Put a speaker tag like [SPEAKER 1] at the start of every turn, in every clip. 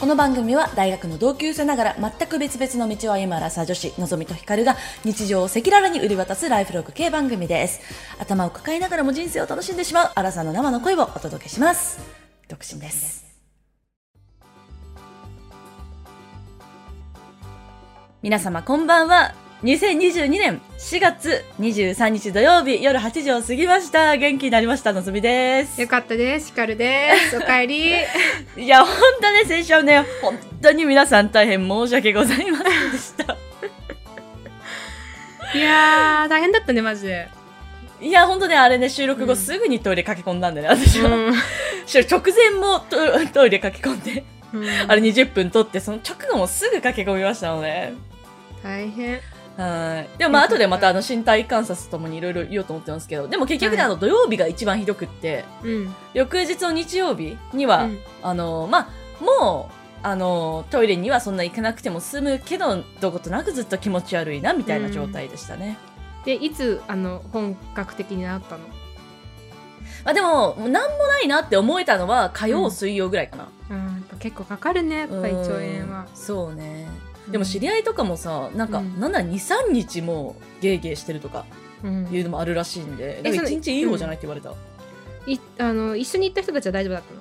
[SPEAKER 1] この番組は大学の同級生ながら全く別々の道を歩むアラサー女子のぞみとひかるが日常を赤裸々に売り渡すライフログ系番組です頭を抱えながらも人生を楽しんでしまうアラサーの生の声をお届けします独身です皆様こんばんは2022年4月23日土曜日夜8時を過ぎました元気になりましたのぞみです
[SPEAKER 2] よかったです。ヒカルです。おかえ り。
[SPEAKER 1] いや、本当ね、先週はね、本当に皆さん大変申し訳ございませんで した。
[SPEAKER 2] いやー、大変だったね、マジで。
[SPEAKER 1] いや、本当ね、あれね、収録
[SPEAKER 2] う
[SPEAKER 1] 後
[SPEAKER 2] ん
[SPEAKER 1] すぐにトイレ駆け込んだんだよね、 私は。
[SPEAKER 2] ん。
[SPEAKER 1] し直前もトトイレ駆け込ん で、あ
[SPEAKER 2] あ
[SPEAKER 1] れ
[SPEAKER 2] れ
[SPEAKER 1] 20分撮って、その直後もすぐ駆け込みましたので。
[SPEAKER 2] 大変。
[SPEAKER 1] はい。でもまあ、後でまたあの、身体観察ともにいろいろ言おうと思ってますけど、でも結局ね、
[SPEAKER 2] はい
[SPEAKER 1] あの、土曜日が一番ひどくって、
[SPEAKER 2] うん。
[SPEAKER 1] 翌日の日曜日には、
[SPEAKER 2] うん
[SPEAKER 1] あの、まあ、もう、あのトイレにはそんな行かなくても済むけどどことなくずっと気持ち悪いなみたいな状態でしたね。
[SPEAKER 2] で、いつ、あの、本格的になったの
[SPEAKER 1] まあでも、もうなんもないなって思えたのは火
[SPEAKER 2] う
[SPEAKER 1] 曜、
[SPEAKER 2] ん
[SPEAKER 1] 水曜ぐらいかな。
[SPEAKER 2] うん、やっぱ結構かかるね、やっぱ胃腸炎は
[SPEAKER 1] うん。そうね。でも知り
[SPEAKER 2] り
[SPEAKER 1] 合いとかもさ、なんか、
[SPEAKER 2] うん
[SPEAKER 1] なんなら2、3日もゲーゲーしてるとか
[SPEAKER 2] うん
[SPEAKER 1] いうのもあるらしいんで、
[SPEAKER 2] ん
[SPEAKER 1] なんか
[SPEAKER 2] えそ
[SPEAKER 1] 1
[SPEAKER 2] の
[SPEAKER 1] 日いい方じゃないって言われた。
[SPEAKER 2] いあの、一緒に行った人たちは大丈夫だったの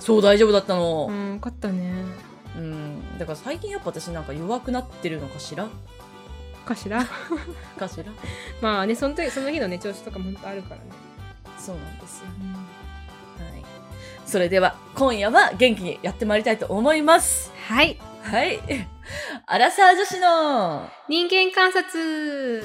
[SPEAKER 1] そう、大丈夫だったの
[SPEAKER 2] う。ん、よかったね。
[SPEAKER 1] うん。だから最近やっぱ私なんか弱くなってるのかしら
[SPEAKER 2] かしら
[SPEAKER 1] かしら
[SPEAKER 2] まあね、その時、その日のね、調子とかも本当あるからね。
[SPEAKER 1] そうなんですよ。はい。それでは、今夜は元気にやってまいりたいと思います。
[SPEAKER 2] はい。
[SPEAKER 1] はい。アラサー女子の
[SPEAKER 2] 人間観察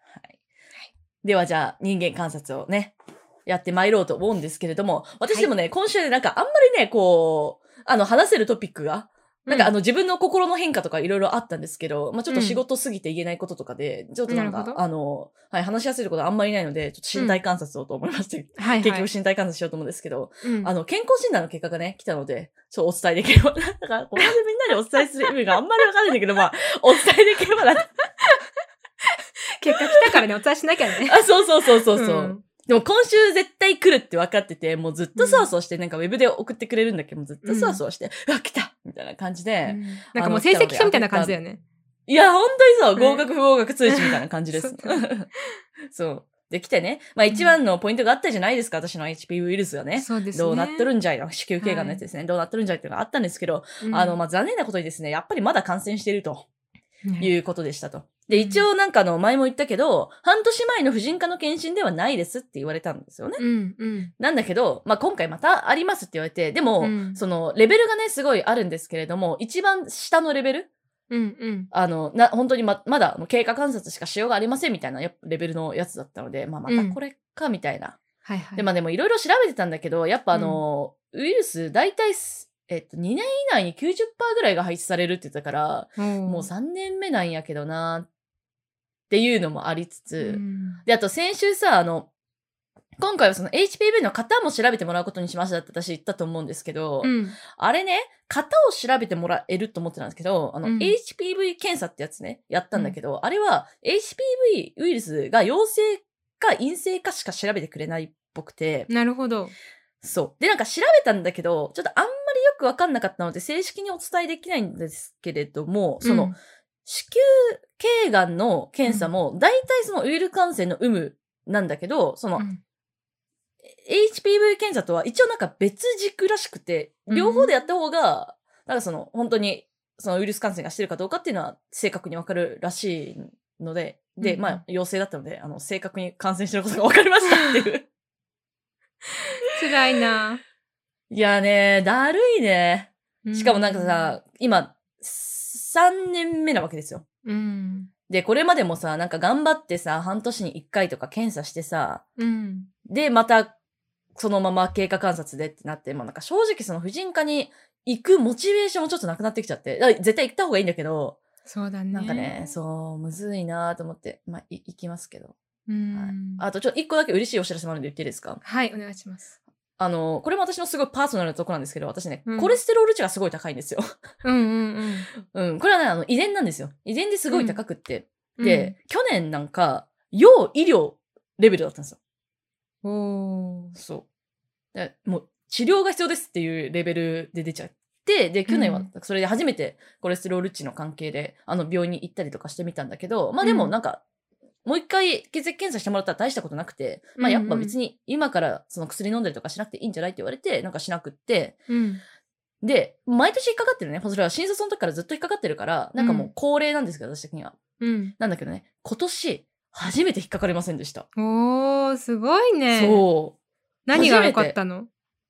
[SPEAKER 1] はい。ではじゃあ人間観察をね、やってまいろうと思うんですけれども、私でもね、今週でなんかあんまりね、こう、あの話せるトピックが、なんかあの自分の心の変化とかいろいろあったんですけど、まあちょっと仕事すぎて言えないこととかで、ちょっとなん
[SPEAKER 2] なる
[SPEAKER 1] か
[SPEAKER 2] ほ、ど
[SPEAKER 1] あの、はい、話し合せることあんまりないので、ちょっと身体観察をと思いまして、
[SPEAKER 2] うん、はい、はい。
[SPEAKER 1] 結局身体観察しようと思うんですけど、
[SPEAKER 2] うん
[SPEAKER 1] あの、健康診断の結果がね、来たので、ちょっとお伝えできれば、 なんか、ここでみんなでお伝えする意味があんまりわかんないんだけ ど、まあ、お伝えできればな って。
[SPEAKER 2] 結果来たからね、お伝えしなきゃ ね。
[SPEAKER 1] あ、そうそうそうそうそう。
[SPEAKER 2] ん
[SPEAKER 1] でも今週絶対来るって分かってて、もうずっと
[SPEAKER 2] うん
[SPEAKER 1] そわそわして、なんかウェブで送ってくれるんだけど、もうずっとそわそわして、うわ、来たみたいな感じで、
[SPEAKER 2] なんかもう成績書みたいな感じだよね。
[SPEAKER 1] いや、本当にそう、
[SPEAKER 2] ね
[SPEAKER 1] 合格不合格通知みたいな感じです。
[SPEAKER 2] そうだ
[SPEAKER 1] そう。で、来てね、まあ一番のポイントがあったじゃないですか、私の HP ウイルスがね。
[SPEAKER 2] そうですね。
[SPEAKER 1] どうなっとるんじゃいの子宮頸がんのやつですね、どうなっとるんじゃいっていうのがあったんですけど、
[SPEAKER 2] うん
[SPEAKER 1] あの、まあ、残念なことにですね、やっぱりまだ感染していると
[SPEAKER 2] ね
[SPEAKER 1] いうことでしたと。で、一応なんかあの、前も言ったけど、半年前の婦人科の検診ではないですって言われたんですよね。
[SPEAKER 2] うんうん。
[SPEAKER 1] なんだけど、まあ、今回またありますって言われて、でも、
[SPEAKER 2] うん
[SPEAKER 1] その、レベルがね、すごいあるんですけれども、一番下のレベル
[SPEAKER 2] うんうん。
[SPEAKER 1] あの、な、本当にま、まだ、もう経過観察しかしようがありませんみたいなやっぱレベルのやつだったので、まあ、またこれか、みたいな。
[SPEAKER 2] はいはい。
[SPEAKER 1] で、まあ、でもいろいろ調べてたんだけど、やっぱあの、ウイルス、大体す、えっと、2年以内に90%ぐらいが排出されるって言ってたから、もう3年目なんやけどなっていうのもありつ
[SPEAKER 2] う
[SPEAKER 1] つ、
[SPEAKER 2] ん
[SPEAKER 1] で、あと先週さ、あの、今回はその HPV の型も調べてもらうことにしましたって私言ったと思うんですけど、
[SPEAKER 2] うん。
[SPEAKER 1] あれね、型を調べてもらえると思ってたんですけど、あの、
[SPEAKER 2] うん
[SPEAKER 1] HPV 検査ってやつね、やったんだけど、あれは HPV ウイルスが陽性か陰性かしか調べてくれないっぽくて、
[SPEAKER 2] なるほど。
[SPEAKER 1] そう。で、なんか調べたんだけど、ちょっとあんまりよくわかんなかったので、正式にお伝えできないんですけれども、その、
[SPEAKER 2] うん、
[SPEAKER 1] 子宮頸がんの検査も、大体そのウイルス感染の有無なんだけど、その、
[SPEAKER 2] うん、
[SPEAKER 1] HPV 検査とは一応なんか別軸らしくて、
[SPEAKER 2] うん
[SPEAKER 1] 両方でやった方が、なんかその、本当に、そのウイルス感染がしてるかどうかっていうのは正確にわかるらしいので、で、
[SPEAKER 2] うん
[SPEAKER 1] まあ、陽性だったので、あの、正確に感染してることがわかりましたっていう。
[SPEAKER 2] 辛いな。
[SPEAKER 1] いやね、だるいね。しかもなんかさ、今、3年目なわけですよ。
[SPEAKER 2] うん、
[SPEAKER 1] で、これまでもさ、なんか頑張ってさ、半年に1回とか検査してさ、
[SPEAKER 2] うん。
[SPEAKER 1] で、また、そのまま経過観察でってなって、まあなんか正直その婦人科に行くモチベーションもちょっとなくなってきちゃって、だから絶対行った方がいいんだけど、
[SPEAKER 2] そうだね。
[SPEAKER 1] なんかね、そう、むずいなと思って、まあい行きますけど。
[SPEAKER 2] うん。
[SPEAKER 1] あとちょっと一個だけ嬉しいお知らせもあるんで言っていいですか
[SPEAKER 2] はい、お願いします。
[SPEAKER 1] あの、これも私のすごいパーソナルなとこなんですけど、私ね、
[SPEAKER 2] うん
[SPEAKER 1] コレステロール値がすごい高いんですよ。
[SPEAKER 2] うんうん
[SPEAKER 1] うん。これはね、あの、遺伝なんですよ。遺伝ですごい高くって。
[SPEAKER 2] うん。
[SPEAKER 1] で、去年なんか、要医療レベルだったんですよ。
[SPEAKER 2] うん、おー
[SPEAKER 1] そう。でもう、治療が必要ですっていうレベルで出ちゃって、で、去年
[SPEAKER 2] う
[SPEAKER 1] は
[SPEAKER 2] ん、
[SPEAKER 1] それで初めてコレステロール値の関係で、あの、病院に行ったりとかしてみたんだけど、まあで
[SPEAKER 2] う
[SPEAKER 1] も
[SPEAKER 2] ん
[SPEAKER 1] なんか、もう一回血液検査してもらったら大したことなくて、まあやっぱ別に今からその薬飲んだりとかしなくていいんじゃないって言われて、なんかしなくって、
[SPEAKER 2] うん。
[SPEAKER 1] で、毎年引っかかってるね。それは新卒の時からずっと引っかかってるから、なんかもう恒例なんですけど、私的には。
[SPEAKER 2] うん。
[SPEAKER 1] なんだけどね、今年、初めて引っかかりませんでした。
[SPEAKER 2] おー、すごいね。
[SPEAKER 1] そう。
[SPEAKER 2] 何が良かったの、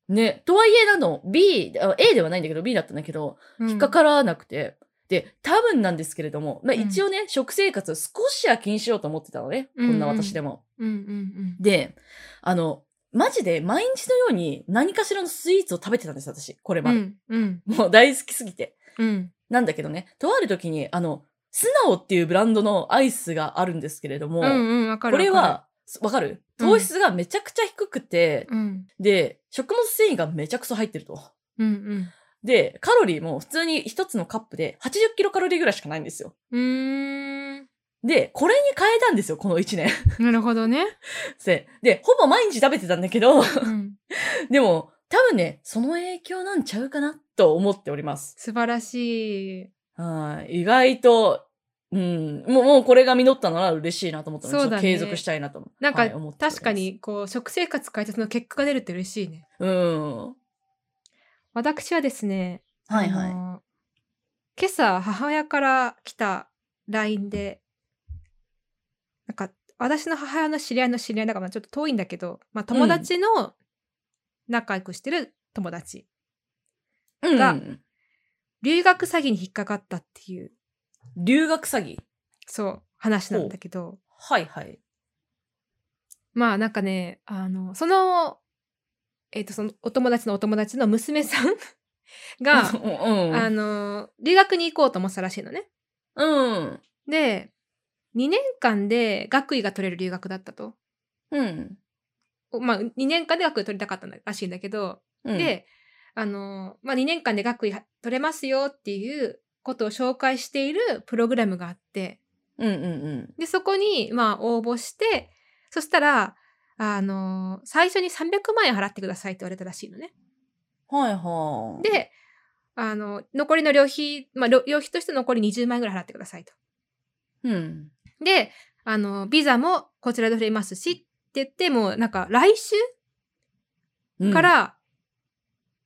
[SPEAKER 1] ね、とはいえなの、B、あ A ではないんだけど、B だったんだけど、
[SPEAKER 2] うん
[SPEAKER 1] 引っかからなくて。で、多分なんですけれども、まあ
[SPEAKER 2] うん
[SPEAKER 1] 一応ね、食生活を少しは気にしようと思ってたのね。こ
[SPEAKER 2] うんうん
[SPEAKER 1] んな私でも。
[SPEAKER 2] うんうん
[SPEAKER 1] で、あの、マジで毎日のように何かしらのスイーツを食べてたんです、私。これ
[SPEAKER 2] うん。う
[SPEAKER 1] まで。
[SPEAKER 2] んうん
[SPEAKER 1] もう大好きすぎて。
[SPEAKER 2] うん。
[SPEAKER 1] なんだけどね、とある時に、あの、素直っていうブランドのアイスがあるんですけれども、
[SPEAKER 2] うんうん、わか
[SPEAKER 1] こ
[SPEAKER 2] る。
[SPEAKER 1] れ
[SPEAKER 2] わか
[SPEAKER 1] は、わかる
[SPEAKER 2] うん
[SPEAKER 1] 糖質がめちゃくちゃ低くて、
[SPEAKER 2] る、うん
[SPEAKER 1] で、食物繊維がめちゃくそ入ってると。
[SPEAKER 2] うん
[SPEAKER 1] で、カロリーも普通に一つのカップで80キロカロリーぐらいしかないんですよ。
[SPEAKER 2] うん。うーん。
[SPEAKER 1] で、これに変えたんですよ、この1年。
[SPEAKER 2] なるほどね。
[SPEAKER 1] せで、ほぼ毎日食べてたんだけど、
[SPEAKER 2] うん、
[SPEAKER 1] でも、多分ね、その影響なんちゃうかなと思っております。
[SPEAKER 2] 素晴らしい。
[SPEAKER 1] はい。意外と、うん、もう、もうこれが実ったなら嬉しいなと思ったので、
[SPEAKER 2] そうだね
[SPEAKER 1] ちょっと継続したいなと思
[SPEAKER 2] なんか、
[SPEAKER 1] はい思っております
[SPEAKER 2] 確かに、こう、食生活改革の結果が出るって嬉しいね。
[SPEAKER 1] うん。
[SPEAKER 2] 私はですね、
[SPEAKER 1] はいは
[SPEAKER 2] あ
[SPEAKER 1] い。
[SPEAKER 2] の今朝、母親から来た LINE で、なんか、私の母親の知り合いの知り合いだから、まあちょっと遠いんだけど、まあ、友達の仲良くしてる友達、
[SPEAKER 1] うん
[SPEAKER 2] が
[SPEAKER 1] うん。
[SPEAKER 2] 留学詐欺に引っかかったっていう、
[SPEAKER 1] 留学詐欺。
[SPEAKER 2] そう、話なんだけど、
[SPEAKER 1] はいはい。
[SPEAKER 2] まあなんかね、あの、その、えっ、と、そのお友達のお友達の娘さんが、あ
[SPEAKER 1] う
[SPEAKER 2] の、留学に行こうと思ってたらしいのね。
[SPEAKER 1] ん。うん。
[SPEAKER 2] で、2年間で学位が取れる留学だったと。
[SPEAKER 1] うん。
[SPEAKER 2] おまあ、2年間で学位取りたかったんだらしいんだけど、
[SPEAKER 1] うん、
[SPEAKER 2] で、あの、まあ、2年間で学位は取れますよっていうことを紹介しているプログラムがあって、
[SPEAKER 1] うんうんうん。
[SPEAKER 2] で、そこに、まあ、応募して、そしたら、あの、最初に300万円払ってくださいって言われたらしいのね。
[SPEAKER 1] はいはい。、
[SPEAKER 2] で、あの、残りの旅費、まあ、旅旅費として残り20万円ぐらい払ってくださいと。
[SPEAKER 1] うん。
[SPEAKER 2] で、あの、ビザもこちらで取れますしって言って、もうなんか来週か、ら、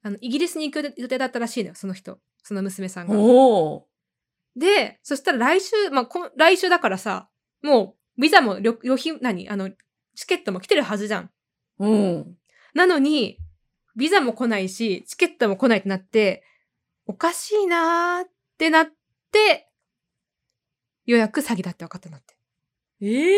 [SPEAKER 2] あの、イギリスに行く予定だったらしいのよ、その人。その娘さん
[SPEAKER 1] うん、
[SPEAKER 2] が。
[SPEAKER 1] おお。
[SPEAKER 2] で、そしたら来週、まあ、こん来週だからさ、もう、ビザも旅、旅費、何あの、チケットも来てるはずじゃん。
[SPEAKER 1] うん。
[SPEAKER 2] なのに、ビザも来ないし、チケットも来ないってなって、おかしいなーってなって、予約詐欺だって分かったなって。
[SPEAKER 1] え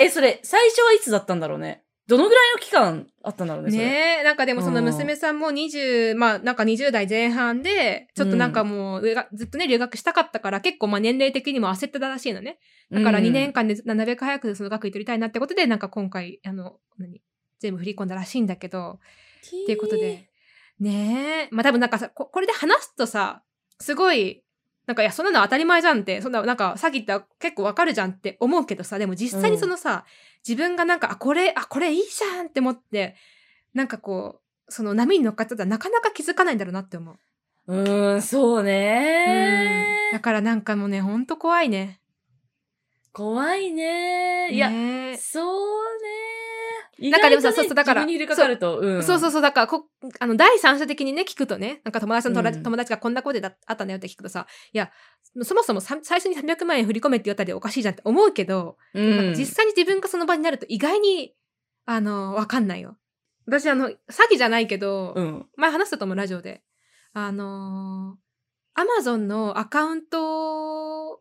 [SPEAKER 1] ええ、それ、最初はいつだったんだろうね。どのぐらいの期間あったんだろうね、それ。
[SPEAKER 2] ねえ、なんかでもその娘さんも20、まあなんか20代前半で、ちょっとなんかもう、上がずっとね、留学したかったから、結構まあ年齢的にも焦ってたらしいのね。だか
[SPEAKER 1] う
[SPEAKER 2] ら
[SPEAKER 1] ん
[SPEAKER 2] 2年。間でなるべく早くその学位取りたいなってことで、なんか今回、あの、何全部振り込んだらしいんだけど、
[SPEAKER 1] っ
[SPEAKER 2] っていうことで。。ねえ。まあ多分なんかさ、ここれで話すとさ、すごい、なんかいや、そんなの当たり前じゃんって、そんな、なんか詐欺って結構わかるじゃんって思うけどさ、でも実際にそのさ、自分がなんか、あ、これ、あ、これいいじゃんって思って、なんかこう、その波に乗っかってたらなかなか気づかないんだろうなって思う。
[SPEAKER 1] うーん、そう
[SPEAKER 2] うんだ
[SPEAKER 1] ね。
[SPEAKER 2] からなんかもうね、ほんと怖いね。
[SPEAKER 1] 怖いね。いや、
[SPEAKER 2] ねえ
[SPEAKER 1] そうね。意
[SPEAKER 2] なん
[SPEAKER 1] 外と
[SPEAKER 2] かでもさ
[SPEAKER 1] ね
[SPEAKER 2] そうそうだから
[SPEAKER 1] 自分に入れかかると。うん。
[SPEAKER 2] そうそうそう、だからこ、あの、第三者的にね、聞くとね、なんか友達のとら、
[SPEAKER 1] うん
[SPEAKER 2] 友達がこんなことでだあったんだよって聞くとさ、いや、そもそもさ最初に300万円振り込めって言われたりおかしいじゃんって思うけど、
[SPEAKER 1] う
[SPEAKER 2] なん
[SPEAKER 1] ん。
[SPEAKER 2] か実際に自分がその場になると意外に、あの、わかんないよ。私、あの、詐欺じゃないけど、
[SPEAKER 1] うん。
[SPEAKER 2] 前話したと思う、ラジオで。あのアマゾンのアカウント、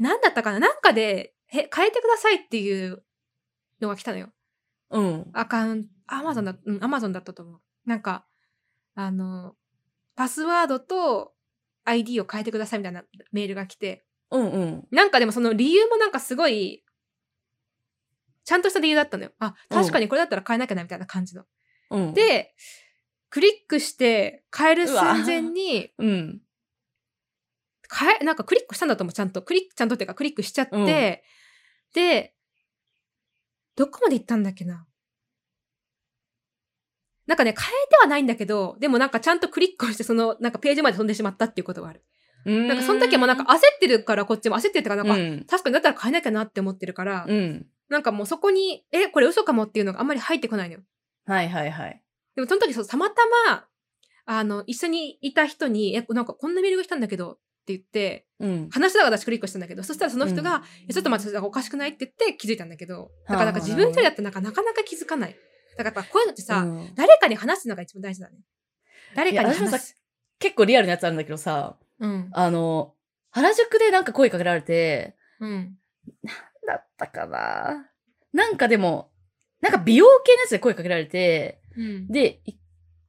[SPEAKER 2] なんだったかななんかで、へ変えてくださいっていうのが来たのよ。
[SPEAKER 1] うん。
[SPEAKER 2] アカウント、アマゾンだ、うん、アマゾンだったと思う。なんか、あの、パスワードと ID を変えてくださいみたいなメールが来て、
[SPEAKER 1] うんうん。
[SPEAKER 2] なんかでもその理由もなんかすごい、ちゃんとした理由だったのよ。あ、確かにこれだったら変えなきゃなみたいな感じの。
[SPEAKER 1] うん、、
[SPEAKER 2] で、クリックして変える寸前に、
[SPEAKER 1] うん。
[SPEAKER 2] 変え、なんかクリックしたんだと思う、ちゃんと。クリック、ちゃんとっていうかクリックしちゃって、
[SPEAKER 1] うん
[SPEAKER 2] で、どこまで行ったんだっけな。なんかね、変えてはないんだけど、でもなんかちゃんとクリックをして、その、なんかページまで飛んでしまったっていうことがある。
[SPEAKER 1] な
[SPEAKER 2] なんかその時はもうなんか、焦ってるから、こっちも焦ってるってか、なんか、
[SPEAKER 1] うん。
[SPEAKER 2] 確かにだったら変えなきゃなって思ってるから、
[SPEAKER 1] うん。
[SPEAKER 2] なんかもうそこに、え、これ嘘かもっていうのがあんまり入ってこないのよ。
[SPEAKER 1] はいはいはい。
[SPEAKER 2] でもその時そう、たまたま、あの、一緒にいた人に、え、なんかこんなメールが来たんだけど、って言って、
[SPEAKER 1] うん。
[SPEAKER 2] 話しながら私クリックしたんだけど、そしたらその人が、
[SPEAKER 1] うん
[SPEAKER 2] いやちょっと待って、それおかしくないって言って気づいたんだけど、だ
[SPEAKER 1] はあ
[SPEAKER 2] からなんか自分一人だったらなんかなかなか気づかない。だからやっぱこういうのってさ、
[SPEAKER 1] うん
[SPEAKER 2] 誰かに話すのが一番大事だね。誰か
[SPEAKER 1] い
[SPEAKER 2] に
[SPEAKER 1] や私も
[SPEAKER 2] 話
[SPEAKER 1] さ
[SPEAKER 2] す。
[SPEAKER 1] 結構リアルなやつあるんだけどさ、
[SPEAKER 2] うん。
[SPEAKER 1] あの、原宿でなんか声かけられて、
[SPEAKER 2] うん。
[SPEAKER 1] だったかななんかでも、なんか美容系のやつで声かけられて、
[SPEAKER 2] うん。
[SPEAKER 1] で、一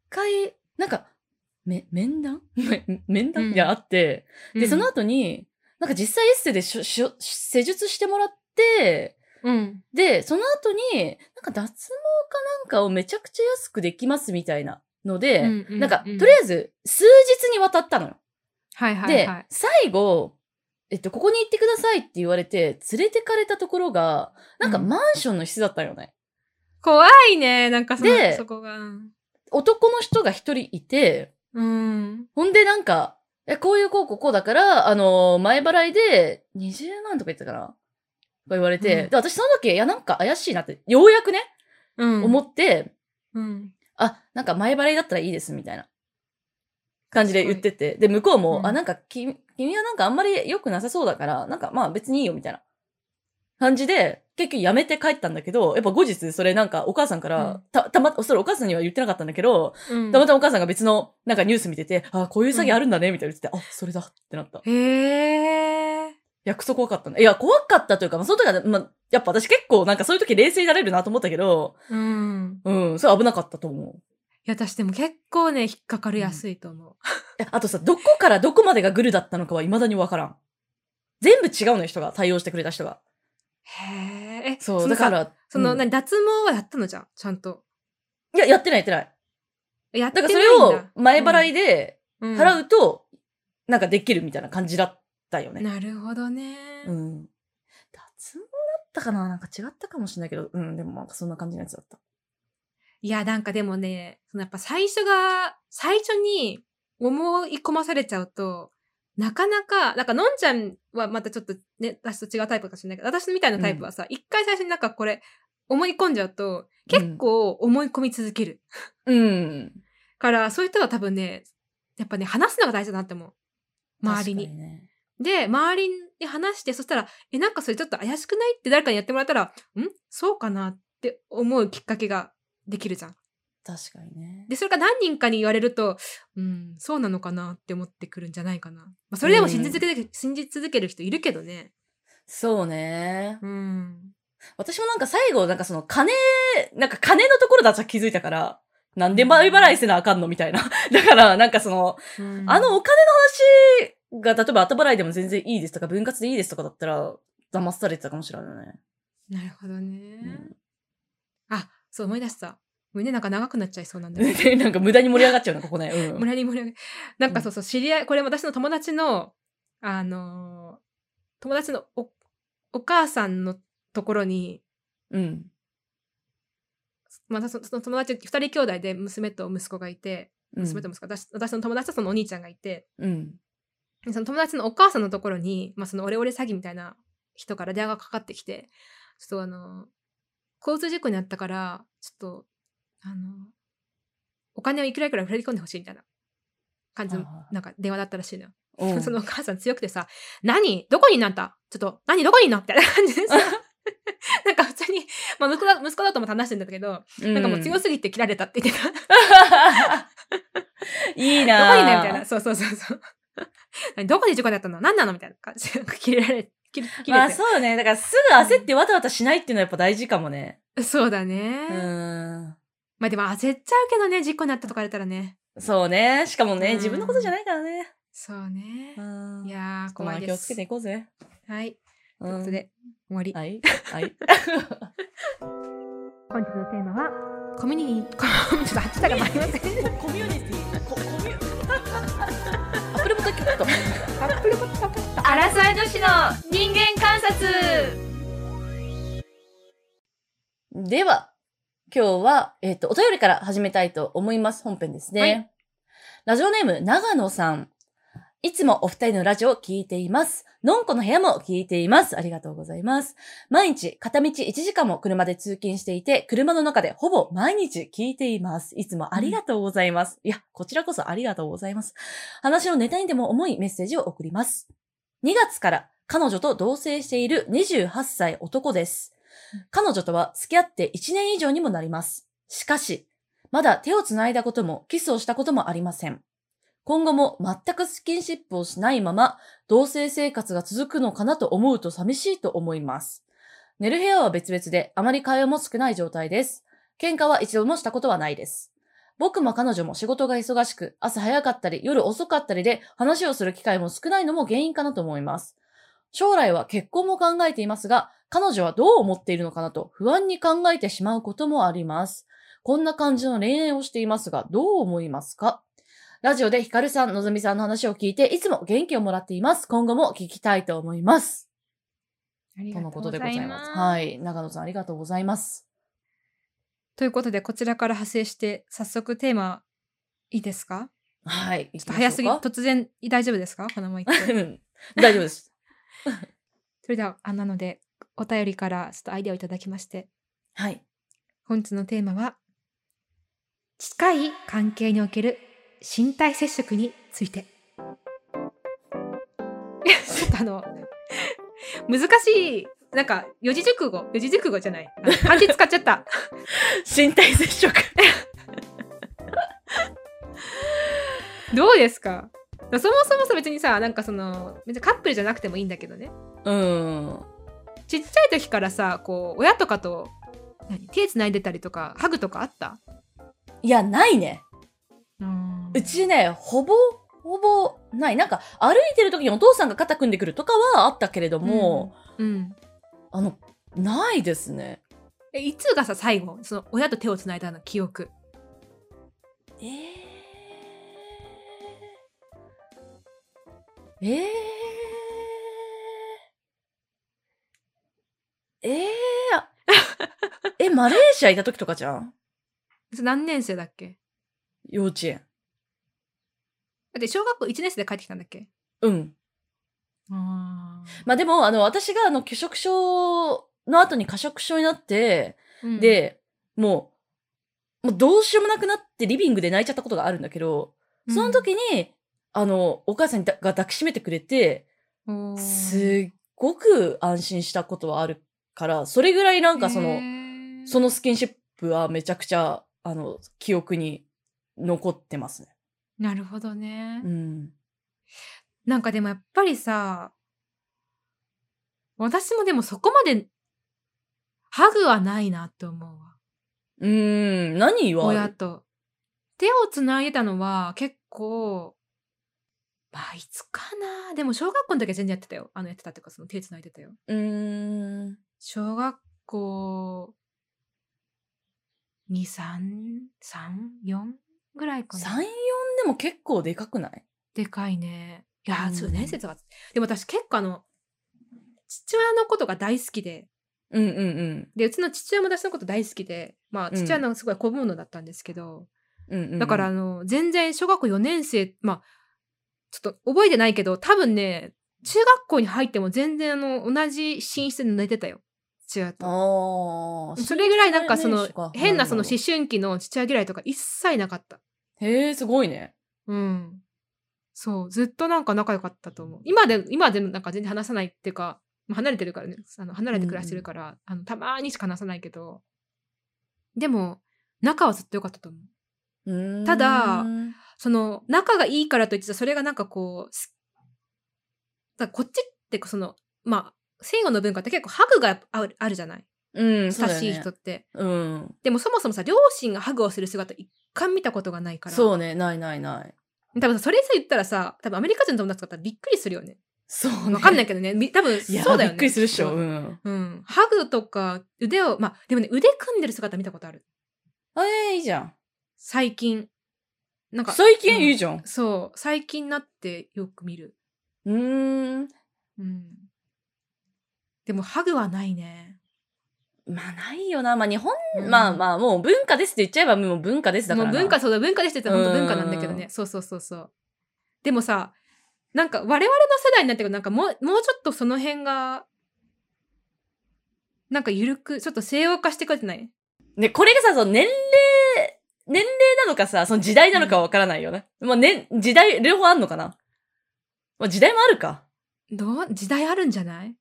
[SPEAKER 1] 回、なんか、め、面談 面談
[SPEAKER 2] うん
[SPEAKER 1] いや、あって、
[SPEAKER 2] う
[SPEAKER 1] で、
[SPEAKER 2] ん
[SPEAKER 1] その、後に、なんか実際エッセイでしょしょ施術してもらって、
[SPEAKER 2] うん。
[SPEAKER 1] で、その後に、なんか脱毛かなんかをめちゃくちゃ安くできますみたいなので、
[SPEAKER 2] うんうん
[SPEAKER 1] なんか、
[SPEAKER 2] うん
[SPEAKER 1] とりあえず、数日にわたったのよ。
[SPEAKER 2] はいはい
[SPEAKER 1] で、
[SPEAKER 2] はい。
[SPEAKER 1] 最後、えっと、ここに行ってくださいって言われて、連れてかれたところが、なんか
[SPEAKER 2] うん
[SPEAKER 1] マンションの室だったよね。
[SPEAKER 2] 怖いね、なんかその
[SPEAKER 1] で
[SPEAKER 2] そこが。うん
[SPEAKER 1] 男の人が一人いて、
[SPEAKER 2] うん。
[SPEAKER 1] ほんでなんか、え、こういうこうこうこうだから、あのー前払いで20万とか言ってたかなとか言われて、
[SPEAKER 2] うん
[SPEAKER 1] で、私その時、いや、なんか怪しいなって、ようやくね、
[SPEAKER 2] うん。
[SPEAKER 1] 思って、
[SPEAKER 2] うん。
[SPEAKER 1] あ、なんか前払いだったらいいです、みたいな感じで言ってて。で、向こうも、
[SPEAKER 2] うん
[SPEAKER 1] あ、なんか君、君はなんかあんまり良くなさそうだから、なんかまあ別にいいよ、みたいな感じで、結局やめて帰ったんだけど、やっぱ後日、それなんかお母さんから、
[SPEAKER 2] うん
[SPEAKER 1] た、たま、それお母さんには言ってなかったんだけど、
[SPEAKER 2] うん
[SPEAKER 1] たまたまお母さんが別のなんかニュース見てて、あ、こういう詐欺あるんだね、みたいな言ってて、あ、それだってなった。い
[SPEAKER 2] へえ。
[SPEAKER 1] や、クソ怖かったね。いや、怖かったというか、まあその時は、まあ、やっぱ私結構なんかそういう時冷静になれるなと思ったけど、
[SPEAKER 2] うん。
[SPEAKER 1] うん、それ危なかったと思う。
[SPEAKER 2] いや、私でも結構ね、引っかかりやすいと思う。
[SPEAKER 1] えあとさ、どこからどこまでがグルだったのかは未だにわからん。全部違うのよ、人が。対応してくれた人が。
[SPEAKER 2] へえ。え
[SPEAKER 1] そう、
[SPEAKER 2] の
[SPEAKER 1] だ
[SPEAKER 2] さ
[SPEAKER 1] から。
[SPEAKER 2] その、
[SPEAKER 1] うん
[SPEAKER 2] 何、脱毛はやったのじゃん、ちゃんと。
[SPEAKER 1] いや、やってない、やってない。
[SPEAKER 2] やって
[SPEAKER 1] だ
[SPEAKER 2] な
[SPEAKER 1] か
[SPEAKER 2] い
[SPEAKER 1] ら
[SPEAKER 2] ん
[SPEAKER 1] そ
[SPEAKER 2] だ
[SPEAKER 1] れを前払いで
[SPEAKER 2] うん
[SPEAKER 1] 払うと、なんかできるみたいな感じだったよね。
[SPEAKER 2] なるほどね。
[SPEAKER 1] うん。脱毛だったかななんか違ったかもしれないけど、うん、でもなんかそんな感じのやつだった。
[SPEAKER 2] いや、なんかでもね、そのやっぱ最初が、最初に思い込まされちゃうと、なかなか、なんかのんちゃんはまたちょっとね、私と違うタイプかもしれないけど、私みたいなタイプはさ、一、回最初になんかこれ、思い込んじゃうと、結構思い込み続ける。
[SPEAKER 1] うん。
[SPEAKER 2] から、そういう人は多分ね、やっぱね、話すのが大事だなって思う。周りに。
[SPEAKER 1] 確かね。
[SPEAKER 2] で、周りに話して、そしたら、え、なんかそれちょっと怪しくないって誰かにやってもらったら、んそうかなって思うきっかけができるじゃん。
[SPEAKER 1] 確かにね。
[SPEAKER 2] で、それが何人かに言われると、うん、そうなのかなって思ってくるんじゃないかな。まあ、それでも信じ続け、信じ続ける人いるけどね。
[SPEAKER 1] そうね。
[SPEAKER 2] うん。
[SPEAKER 1] 私もなんか最後、なんかその金、なんか金のところだと気づいたから、なんで前払いせなあかんのみたいな。 だから、なんかその、
[SPEAKER 2] うん
[SPEAKER 1] あのお金の話が、例えば後払いでも全然いいですとか、分割でいいですとかだったら、騙されてたかもしれないよね。
[SPEAKER 2] なるほど
[SPEAKER 1] う
[SPEAKER 2] ね。
[SPEAKER 1] ん
[SPEAKER 2] あ、そう思い出した。胸なんか長くなっちゃいそうなんだけど。
[SPEAKER 1] でなん か無駄に盛り上がっちゃうな、ここね。うん。
[SPEAKER 2] 村に盛り上げなんかそうそう知り合いこれ私の友達のあのー友達のおお母さんのところに、
[SPEAKER 1] うん。
[SPEAKER 2] まあ、そその友達2人兄弟で娘と息子がいて
[SPEAKER 1] うん
[SPEAKER 2] 娘と息子、私私の友達とそのお兄ちゃんがいて
[SPEAKER 1] うん。
[SPEAKER 2] でその友達のお母さんのところに、まあ、そのオレオレ詐欺みたいな人から電話がかかってきてちょっとあの交通事故になったからちょっとあのお金をいくらいくら振り込んでほしいみたいな感じの
[SPEAKER 1] はいはい
[SPEAKER 2] なんか電話だったらしいのよ。
[SPEAKER 1] うん
[SPEAKER 2] そのお母さん強くてさ、何どこにいんのあんたちょっと、何どこにいんのみたいな感じ でさ、 なんか普通に、まあ息子だ、息子だとも話してんだけど、なんかもう強すぎて切られたって言ってた。どこ
[SPEAKER 1] いい
[SPEAKER 2] にい
[SPEAKER 1] な
[SPEAKER 2] ないみたいな。そうそうそうそう。 何どこで事故だったの何なのみたいな感じで、なんか切られ、切れ切れて、
[SPEAKER 1] まあそうね。だからすぐ焦ってわたわたしないっていうのはやっぱ大事かもね。
[SPEAKER 2] そうだね。
[SPEAKER 1] うん。
[SPEAKER 2] まあでも焦っちゃうけどね、事故になったとか言われたらね。
[SPEAKER 1] そうね。しかもね、
[SPEAKER 2] うん
[SPEAKER 1] 自分のことじゃないからね。
[SPEAKER 2] そうね
[SPEAKER 1] う。ん
[SPEAKER 2] いやー、怖いです。
[SPEAKER 1] まあ気をつけていこうぜ。
[SPEAKER 2] はい。
[SPEAKER 1] う
[SPEAKER 2] ということ
[SPEAKER 1] ん
[SPEAKER 2] で、終わり。
[SPEAKER 1] はい。はい。
[SPEAKER 2] 本日のテーマは、コミュニティ、コちょっとハッシュタグもありません。
[SPEAKER 1] コミュニティココミュアップルポッドキャスト
[SPEAKER 2] アップルポッドキャスト
[SPEAKER 3] アラサー女子の人間観察
[SPEAKER 1] では、今日は、えっ、と、お便りから始めたいと思います。本編ですね。
[SPEAKER 2] はい
[SPEAKER 1] ラジオネーム、長野さん。いつもお二人のラジオを聞いています。のんこの部屋も聞いています。ありがとうございます。毎日、片道1時間も車で通勤していて、車の中でほぼ毎日聞いています。いつもありがとうございます。いや、こちらこそありがとうございます。話をネタにでも重いメッセージを送ります。2月から彼女と同棲している28歳男です。彼女とは付き合って1年以上にもなります。しかし、まだ手を繋いだこともキスをしたこともありません。今後も全くスキンシップをしないまま同性生活が続くのかなと思うと寂しいと思います。寝る部屋は別々であまり会話も少ない状態です。喧嘩は一度もしたことはないです。僕も彼女も仕事が忙しく、朝早かったり夜遅かったりで話をする機会も少ないのも原因かなと思います。将来は結婚も考えていますが、彼女はどう思っているのかなと不安に考えてしまうこともあります。こんな感じの恋愛をしていますが、どう思いますかラジオでヒカルさん、のぞみさんの話を聞いて、いつも元気をもらっています。今後も聞きたいと思います。とのことでございます。
[SPEAKER 2] は
[SPEAKER 1] は
[SPEAKER 2] い。
[SPEAKER 1] い。長野さん、ありがとうございます。
[SPEAKER 2] ということで、こちらから派生して、早速テーマ、いいですか
[SPEAKER 1] はい。
[SPEAKER 2] ちょっと早すぎ、
[SPEAKER 1] 行きま
[SPEAKER 2] 突然、大丈夫ですかこのまま 言っ
[SPEAKER 1] しょうか
[SPEAKER 2] て。
[SPEAKER 1] うん大丈夫です。
[SPEAKER 2] それでは、あなので、お便りからちょっとアイデアをいただきまして、
[SPEAKER 1] はい。
[SPEAKER 2] 本日のテーマは、近い関係における身体接触について。 ちょっとあの、難しい、なんか、四字熟語、四字熟語じゃない。あの漢字使っちゃった。
[SPEAKER 1] 身体接触。
[SPEAKER 2] どうですかそもそもさ、別にさ、なんかその、別にカップルじゃなくてもいいんだけどね。
[SPEAKER 1] うん。
[SPEAKER 2] ちっちゃい時からさ、こう、親とかと、何手つないでたりとか、ハグとかあった
[SPEAKER 1] いや、ないね。
[SPEAKER 2] うん
[SPEAKER 1] うちね、ほぼ、ほぼない。なんか、歩いてる時にお父さんが肩組んでくるとかはあったけれども、
[SPEAKER 2] うん。
[SPEAKER 1] あの、ないですね。
[SPEAKER 2] え、いつがさ、最後、その、親と手をつないだの記憶。
[SPEAKER 1] えー、えー、えー、あえ、マレーシアいた時とかじゃん
[SPEAKER 2] それ何年生だっけ
[SPEAKER 1] 幼稚園。
[SPEAKER 2] だって小学校1年生で帰ってきたんだっけ
[SPEAKER 1] うん。
[SPEAKER 2] あ、
[SPEAKER 1] まあでも、あの、私があの、拒食症の後に過食症になって、
[SPEAKER 2] うん、
[SPEAKER 1] で、もう、もうどうしようもなくなってリビングで泣いちゃったことがあるんだけど、
[SPEAKER 2] うん、
[SPEAKER 1] その時に、あの、お母さんだが抱きしめてくれて、
[SPEAKER 2] おー、
[SPEAKER 1] すっごく安心したことはあるから、それぐらいなんかそ
[SPEAKER 2] へ
[SPEAKER 1] の、
[SPEAKER 2] ー
[SPEAKER 1] そのスキンシップはめちゃくちゃ、あの、記憶に残ってますね。
[SPEAKER 2] なるほどね、
[SPEAKER 1] うん。
[SPEAKER 2] なんかでもやっぱりさ、私もでもそこまで、ハグはないなって思うわ。
[SPEAKER 1] うーん、何は
[SPEAKER 2] 親と。手をつないでたのは結構、まあいつかな。でも小学校の時は全然やってたよ。あのやってたっていうかその手つないでたよ。
[SPEAKER 1] うーん。
[SPEAKER 2] 小学校2、3、3、4ぐらいか
[SPEAKER 1] 3、
[SPEAKER 2] な。
[SPEAKER 1] 4でも結構でかくない
[SPEAKER 2] でかいね。いや
[SPEAKER 1] う
[SPEAKER 2] ー、
[SPEAKER 1] ん
[SPEAKER 2] そう、年生とか。でも私結構あの、父親のことが大好きで、
[SPEAKER 1] うんうん
[SPEAKER 2] で、うちの父親も私のこと大好きで、まあ、
[SPEAKER 1] うん
[SPEAKER 2] 父親のすごい小物だったんですけど、
[SPEAKER 1] うん。うんうん、
[SPEAKER 2] だからあ、の、全然小学校4年生、まあ、ちょっと覚えてないけど、多分ね、中学校に入っても全然あの、同じ寝室で寝てたよ。父親と。
[SPEAKER 1] ああ、
[SPEAKER 2] それぐらいなんかその
[SPEAKER 1] そういうことね
[SPEAKER 2] 変なその
[SPEAKER 1] なるほ
[SPEAKER 2] 思春期の父親嫌いとか一切なかった。
[SPEAKER 1] へえ、すごいね。
[SPEAKER 2] うん。そう、ずっとなんか仲良かったと思う。今で、今でもなんか全然話さないっていうか、まあ離れてるからね、あの離れて暮らしてるから、あのたまーにしか話さないけど、でも、仲はずっと良かったと思う。
[SPEAKER 1] うーん
[SPEAKER 2] ただその、仲がいいからといってさ、それがなんかこう、すだからこっちってその、まあ、西洋の文化って結構ハグがあるあるじゃない
[SPEAKER 1] うん、そう
[SPEAKER 2] 親
[SPEAKER 1] だよ
[SPEAKER 2] しい
[SPEAKER 1] ね
[SPEAKER 2] 人って。
[SPEAKER 1] うん。
[SPEAKER 2] でもそもそもさ両親がハグをする姿一回見たことがないから
[SPEAKER 1] そうね、ないないない。
[SPEAKER 2] 多分さそれさ言ったらさ多分アメリカ人の友達とかだったらびっくりするよね
[SPEAKER 1] そうね。
[SPEAKER 2] わかんないいけどねみ多分
[SPEAKER 1] や
[SPEAKER 2] そうだよ
[SPEAKER 1] び
[SPEAKER 2] ね
[SPEAKER 1] っくりするっしょ。
[SPEAKER 2] う、
[SPEAKER 1] うんん。
[SPEAKER 2] うんハグとか腕をまあでもね腕組んでる姿見たことある
[SPEAKER 1] あ、えーいいじゃん。
[SPEAKER 2] 最近。なんか、
[SPEAKER 1] 最近いいじゃん。
[SPEAKER 2] そう、最近になってよく見る。
[SPEAKER 1] うーん。
[SPEAKER 2] うん。でも、ハグはないね。
[SPEAKER 1] まあ、ないよな。まあ、日本、
[SPEAKER 2] うん
[SPEAKER 1] まあまあ、もう文化ですって言っちゃえば、もう文化ですだか
[SPEAKER 2] も
[SPEAKER 1] ら
[SPEAKER 2] う
[SPEAKER 1] な。
[SPEAKER 2] 文化、そうだ、文化でしてたら本当
[SPEAKER 1] うん
[SPEAKER 2] 文化なんだけどね。そうそうそうそう。でもさ、なんか我々の世代になってくるとなんかもう、もうちょっとその辺が、なんか緩く、ちょっと西洋化してくれてない
[SPEAKER 1] ね、これがさ、その年齢、年齢なのかさ、その時代なのかわからないよね。まあ、ね、時代、両方あんのかな。まあ、時代もあるか。
[SPEAKER 2] どう時代あるんじゃない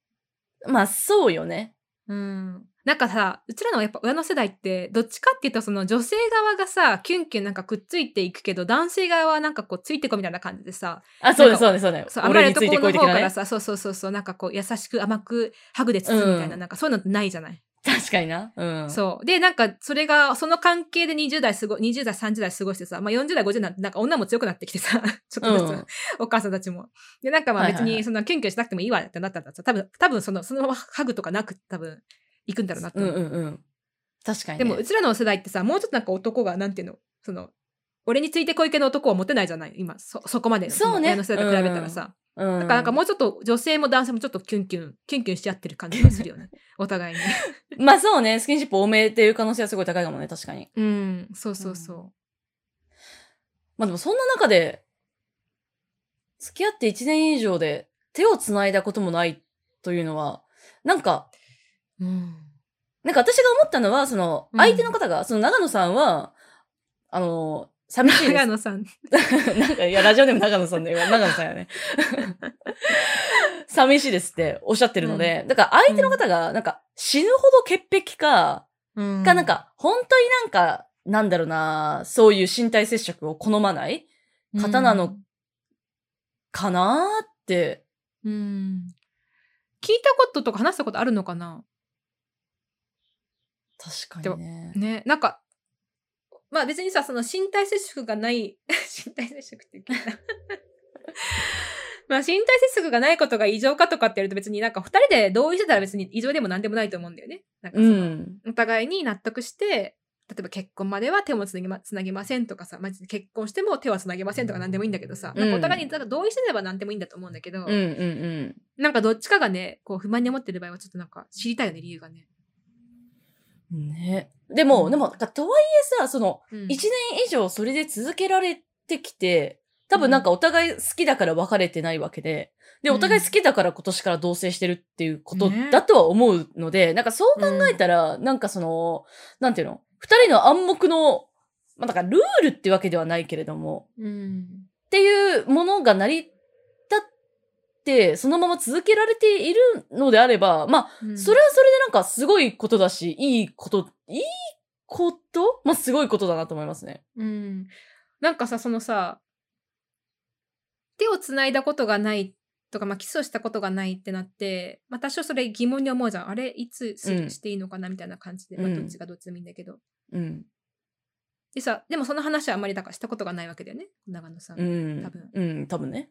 [SPEAKER 1] まあ、そうよね。
[SPEAKER 2] うん。なんかさ、うちらのやっぱ親の世代って、どっちかっていうとその女性側がさ、キュンキュンなんかくっついていくけど、男性側はなんかこうついてこいみたいな感じでさ、
[SPEAKER 1] あ、そうね、
[SPEAKER 2] なんか
[SPEAKER 1] そうね、そうね。
[SPEAKER 2] そう、甘え
[SPEAKER 1] 俺
[SPEAKER 2] る
[SPEAKER 1] に
[SPEAKER 2] と
[SPEAKER 1] つい
[SPEAKER 2] こ
[SPEAKER 1] てこ
[SPEAKER 2] ろ
[SPEAKER 1] い
[SPEAKER 2] の
[SPEAKER 1] 的な
[SPEAKER 2] 方から
[SPEAKER 1] ね。
[SPEAKER 2] さ、そうそうそうそう、なんかこう優しく甘くハグで包むみたいな、
[SPEAKER 1] うん
[SPEAKER 2] なんかそういうのってないじゃない
[SPEAKER 1] 確かにな。うん。
[SPEAKER 2] そう。で、なんか、それが、その関係で20代すご、20代、30代過ごしてさ、まあ40代、50代なんて、なんか女も強くなってきてさ、 ちょっとずつ、
[SPEAKER 1] うん
[SPEAKER 2] お母さんたちも。で、なんかまあ
[SPEAKER 1] はいはい
[SPEAKER 2] 別
[SPEAKER 1] はい
[SPEAKER 2] に、そんなキュンキュンしなくてもいいわってなったんだった多分、多分その、そのままハグとかなく、多分、行くんだろうなって
[SPEAKER 1] うん
[SPEAKER 2] 思う、
[SPEAKER 1] うんうん。確かに、ね。
[SPEAKER 2] でも、うちらの世代ってさ、もうちょっとなんか男が、なんていうの、その、俺についてこい系の男は持てないじゃない今、そ、そこまで。
[SPEAKER 1] そうね
[SPEAKER 2] 親の世代と比べたらさ。
[SPEAKER 1] うん、
[SPEAKER 2] だからなんかもうちょっと女性も男性もちょっとキュンキュン、キュンキュンしちゃってる感じがするよ ね。お互いに。
[SPEAKER 1] まあそうね、スキンシップ多めっていう可能性はすごい高いかもね、確かに。
[SPEAKER 2] うん、そうそうそう。
[SPEAKER 1] まあでもそんな中で、付き合って1年以上で手を繋いだこともないというのは、なんか、
[SPEAKER 2] うん。
[SPEAKER 1] なんか私が思ったのは、その、
[SPEAKER 2] うん
[SPEAKER 1] 相手の方が、その長野さんは、あの、寂しいで
[SPEAKER 2] 長
[SPEAKER 1] す。
[SPEAKER 2] 野さん。
[SPEAKER 1] なんか、いや、ラジオでも長野さんだよ。長野さんやね。 寂しいですっておっしゃってるので、だから相手の方が、なんか、死ぬほど潔癖か、
[SPEAKER 2] うん
[SPEAKER 1] か、なん、か、本当になんか、なんだろうな、そういう身体接触を好まない刀の。かなーって。
[SPEAKER 2] うん。聞いたこととか話したことあるのかな
[SPEAKER 1] 確かにね。
[SPEAKER 2] ね。なんか、まあ別にさ、その身体接触がない、 身体接触って言うけど まあ身体接触がないことが異常かとかってやると別になんか二人で同意してたら別に異常でも何でもないと思うんだよね。なんか
[SPEAKER 1] う
[SPEAKER 2] その
[SPEAKER 1] ん。
[SPEAKER 2] お互いに納得して、例えば結婚までは手もつなぎまつなぎませんとかさ、まあ、結婚しても手はつなげませんとか何でもいいんだけどさ、
[SPEAKER 1] うん
[SPEAKER 2] なんかお互いになんか同意してれば何でもいいんだと思うんだけ
[SPEAKER 1] う
[SPEAKER 2] ど、
[SPEAKER 1] んうんうん。
[SPEAKER 2] なんかどっちかがね、こう不満に思ってる場合はちょっとなんか知りたいよね、理由がね。
[SPEAKER 1] ね。でも、
[SPEAKER 2] うん
[SPEAKER 1] でも、かとはいえさ、その、
[SPEAKER 2] うん
[SPEAKER 1] 一年以上それで続けられてきて、多分なんかお互い好きだから別れてないわけで、で、
[SPEAKER 2] うん
[SPEAKER 1] お互い好きだから今年から同棲してるっていうこと
[SPEAKER 2] ね
[SPEAKER 1] だとは思うので、なんかそう考えたら、なんかその、なんていうの、二人の暗黙の、まあ、なんかルールってわけではないけれども、
[SPEAKER 2] うん。
[SPEAKER 1] っていうものが成り立って、そのまま続けられているのであれば、まあ、
[SPEAKER 2] うん
[SPEAKER 1] それはそれでなんかすごいことだし、いいこと、いいことまあ、すごいことだなと思いますね。
[SPEAKER 2] うん。なんかさ、そのさ、手をつないだことがないとか、まあ、キスをしたことがないってなって、まあ、多少それ疑問に思うじゃん。あれ、いつする
[SPEAKER 1] うん
[SPEAKER 2] していいのかなみたいな感じで、
[SPEAKER 1] う
[SPEAKER 2] まあ、
[SPEAKER 1] ん
[SPEAKER 2] どっちがどっちでもいいんだけど。
[SPEAKER 1] うん。
[SPEAKER 2] でさ、でもその話はあんまりだからしたことがないわけだよね、長野さん。
[SPEAKER 1] うん。
[SPEAKER 2] 多分
[SPEAKER 1] うん、多分ね。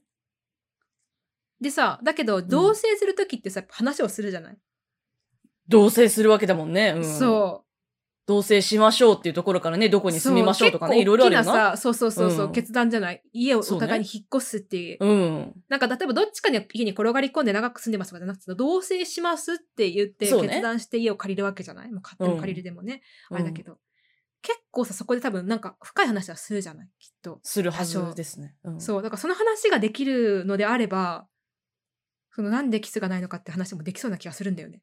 [SPEAKER 2] でさ、だけど、同棲するときってさ、やっぱ話をするじゃない、
[SPEAKER 1] 同棲するわけだもんね。うん、
[SPEAKER 2] そう。
[SPEAKER 1] 同棲しましょうっていうところからね、どこに住みましょうとかね、
[SPEAKER 2] そう
[SPEAKER 1] いろいろあるよ
[SPEAKER 2] 結構大き
[SPEAKER 1] な。
[SPEAKER 2] なさ、そうそうそうそう、
[SPEAKER 1] うん
[SPEAKER 2] 決断じゃない。家をお
[SPEAKER 1] そうね
[SPEAKER 2] 互いに引っ越すっていう。
[SPEAKER 1] うん。
[SPEAKER 2] なんか例えばどっちかに家に転がり込んで長く住んでますとかじゃなくて、同棲しますって言って
[SPEAKER 1] そうね
[SPEAKER 2] 決断して家を借りるわけじゃない、もう買っても借りるでもね、あれだけ
[SPEAKER 1] うん
[SPEAKER 2] ど。結構さ、そこで多分なんか深い話はするじゃないきっと。
[SPEAKER 1] するは
[SPEAKER 2] 多少
[SPEAKER 1] ずですね。うん、
[SPEAKER 2] そう、だからその話ができるのであれば、そのなんでキスがないのかって話もできそうな気がするんだよね。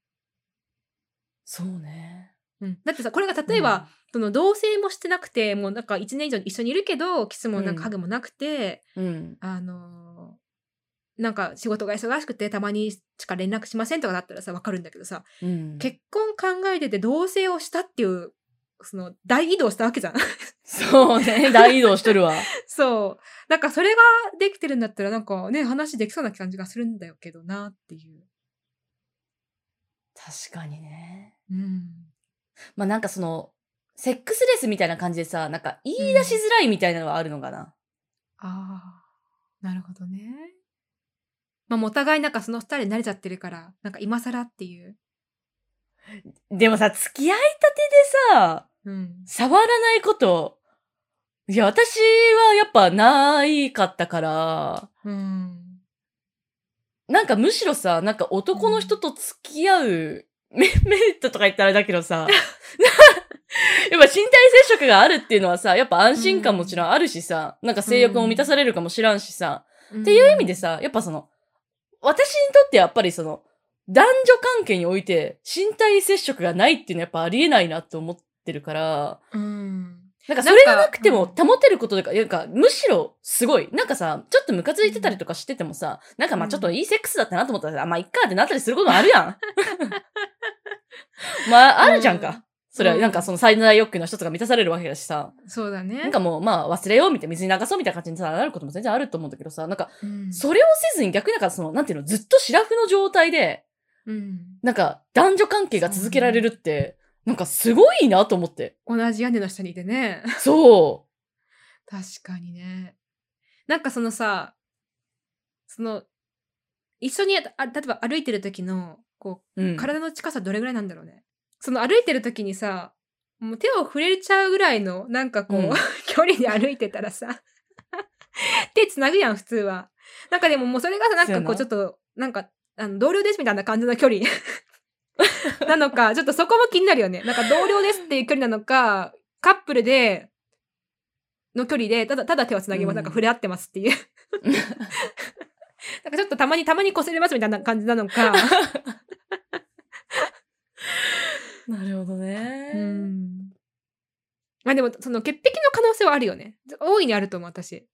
[SPEAKER 1] そうね。
[SPEAKER 2] うん、だってさ、これが例えば、その同棲もしてなくてもうなんか1年以上一緒にいるけどキスもなん
[SPEAKER 1] うん
[SPEAKER 2] かハグもなくて、
[SPEAKER 1] うん、うん。
[SPEAKER 2] あのーなんか仕事が忙しくてたまにしか連絡しませんとかだったらさわかるんだけどさ、
[SPEAKER 1] うん。
[SPEAKER 2] 結婚考えてて同棲をしたっていうその大移動したわけじゃん
[SPEAKER 1] そうね。大移動しとるわ。
[SPEAKER 2] そうなんかそれができてるんだったらなんかね話できそうな感じがするんだよけどなっていう、
[SPEAKER 1] 確かにね。
[SPEAKER 2] うん、
[SPEAKER 1] まあなんかその、セックスレスみたいな感じでさ、なんか言い出しづらいみたいなのはあるのかな。
[SPEAKER 2] ああ、なるほどね。まあ、もうお互いなんかその二人に慣れちゃってるから、なんか今更っていう。
[SPEAKER 1] でもさ、付き合いたてでさ、
[SPEAKER 2] うん。
[SPEAKER 1] 触らないこと、いや、私はやっぱないかったから、
[SPEAKER 2] うん。
[SPEAKER 1] なんかむしろさ、なんか男の人と付き合う、メ メリットとか言ったらあれだけどさ、 やっぱ身体接触があるっていうのはさ、やっぱ安心感もちろんあるしさ、なんか性欲も満たされるかもしらんしさ、
[SPEAKER 2] っ
[SPEAKER 1] っていう意味で、さ、やっぱその、私にとってやっぱりその、男女関係において身体接触がないっていうのはやっぱありえないなと思ってるから、
[SPEAKER 2] うん。
[SPEAKER 1] なんかそれが
[SPEAKER 2] なんか
[SPEAKER 1] なくても
[SPEAKER 2] う
[SPEAKER 1] 保てることとか、なんかむしろすごい。なんかさ、ちょっとムカついてたりとかしててもさ、なんかまあちょっといいセックスだったなと思ったらさ、あまあいっかってなったりすることもあるやん。 まああるじゃんか。
[SPEAKER 2] うん
[SPEAKER 1] それは
[SPEAKER 2] うん
[SPEAKER 1] なんかその最大欲求の一つが満たされるわけだしさ、
[SPEAKER 2] そうだね。
[SPEAKER 1] なんかもうまあ忘れようみたいな、水に流そうみたいな感じにさなることも全然あると思うんだけどさ、なんか
[SPEAKER 2] うん、
[SPEAKER 1] それをせずに逆になんかその、なんていうの、ずっとシラフの状態で、
[SPEAKER 2] うん。
[SPEAKER 1] なんか男女関係が続けられるって、なんかすごいなと思って。
[SPEAKER 2] 同じ屋根の下にいてね。
[SPEAKER 1] そ
[SPEAKER 2] 確かにね。なんかそのさ、その、一緒にあ、あ例えば歩いてる時の、こ
[SPEAKER 1] う。うん
[SPEAKER 2] う、。体の近さどれぐらいなんだろうね。その歩いてる時にさ、もう手を触れちゃうぐらいの、なんかこう、
[SPEAKER 1] うん
[SPEAKER 2] 距離で歩いてたらさ、 手つなぐやん、普通は。なんかでももうそれがさ、なんかこうち
[SPEAKER 1] そ
[SPEAKER 2] ょっと、なんか、あの同僚ですみたいな感じの距離 な のか、ちょっとそこも気になるよね。なんか同僚ですっていう距離なのか、カップルで、の距離で、ただ、ただ手をつなぎま
[SPEAKER 1] う
[SPEAKER 2] す。
[SPEAKER 1] ん
[SPEAKER 2] なんか触れ合ってますって いう。 なんかちょっとたまに、たまに擦れますみたいな感じなのか。
[SPEAKER 1] なるほどね。
[SPEAKER 2] うん。まあでも、その、潔癖の可能性はあるよね。大いにあると思う、私。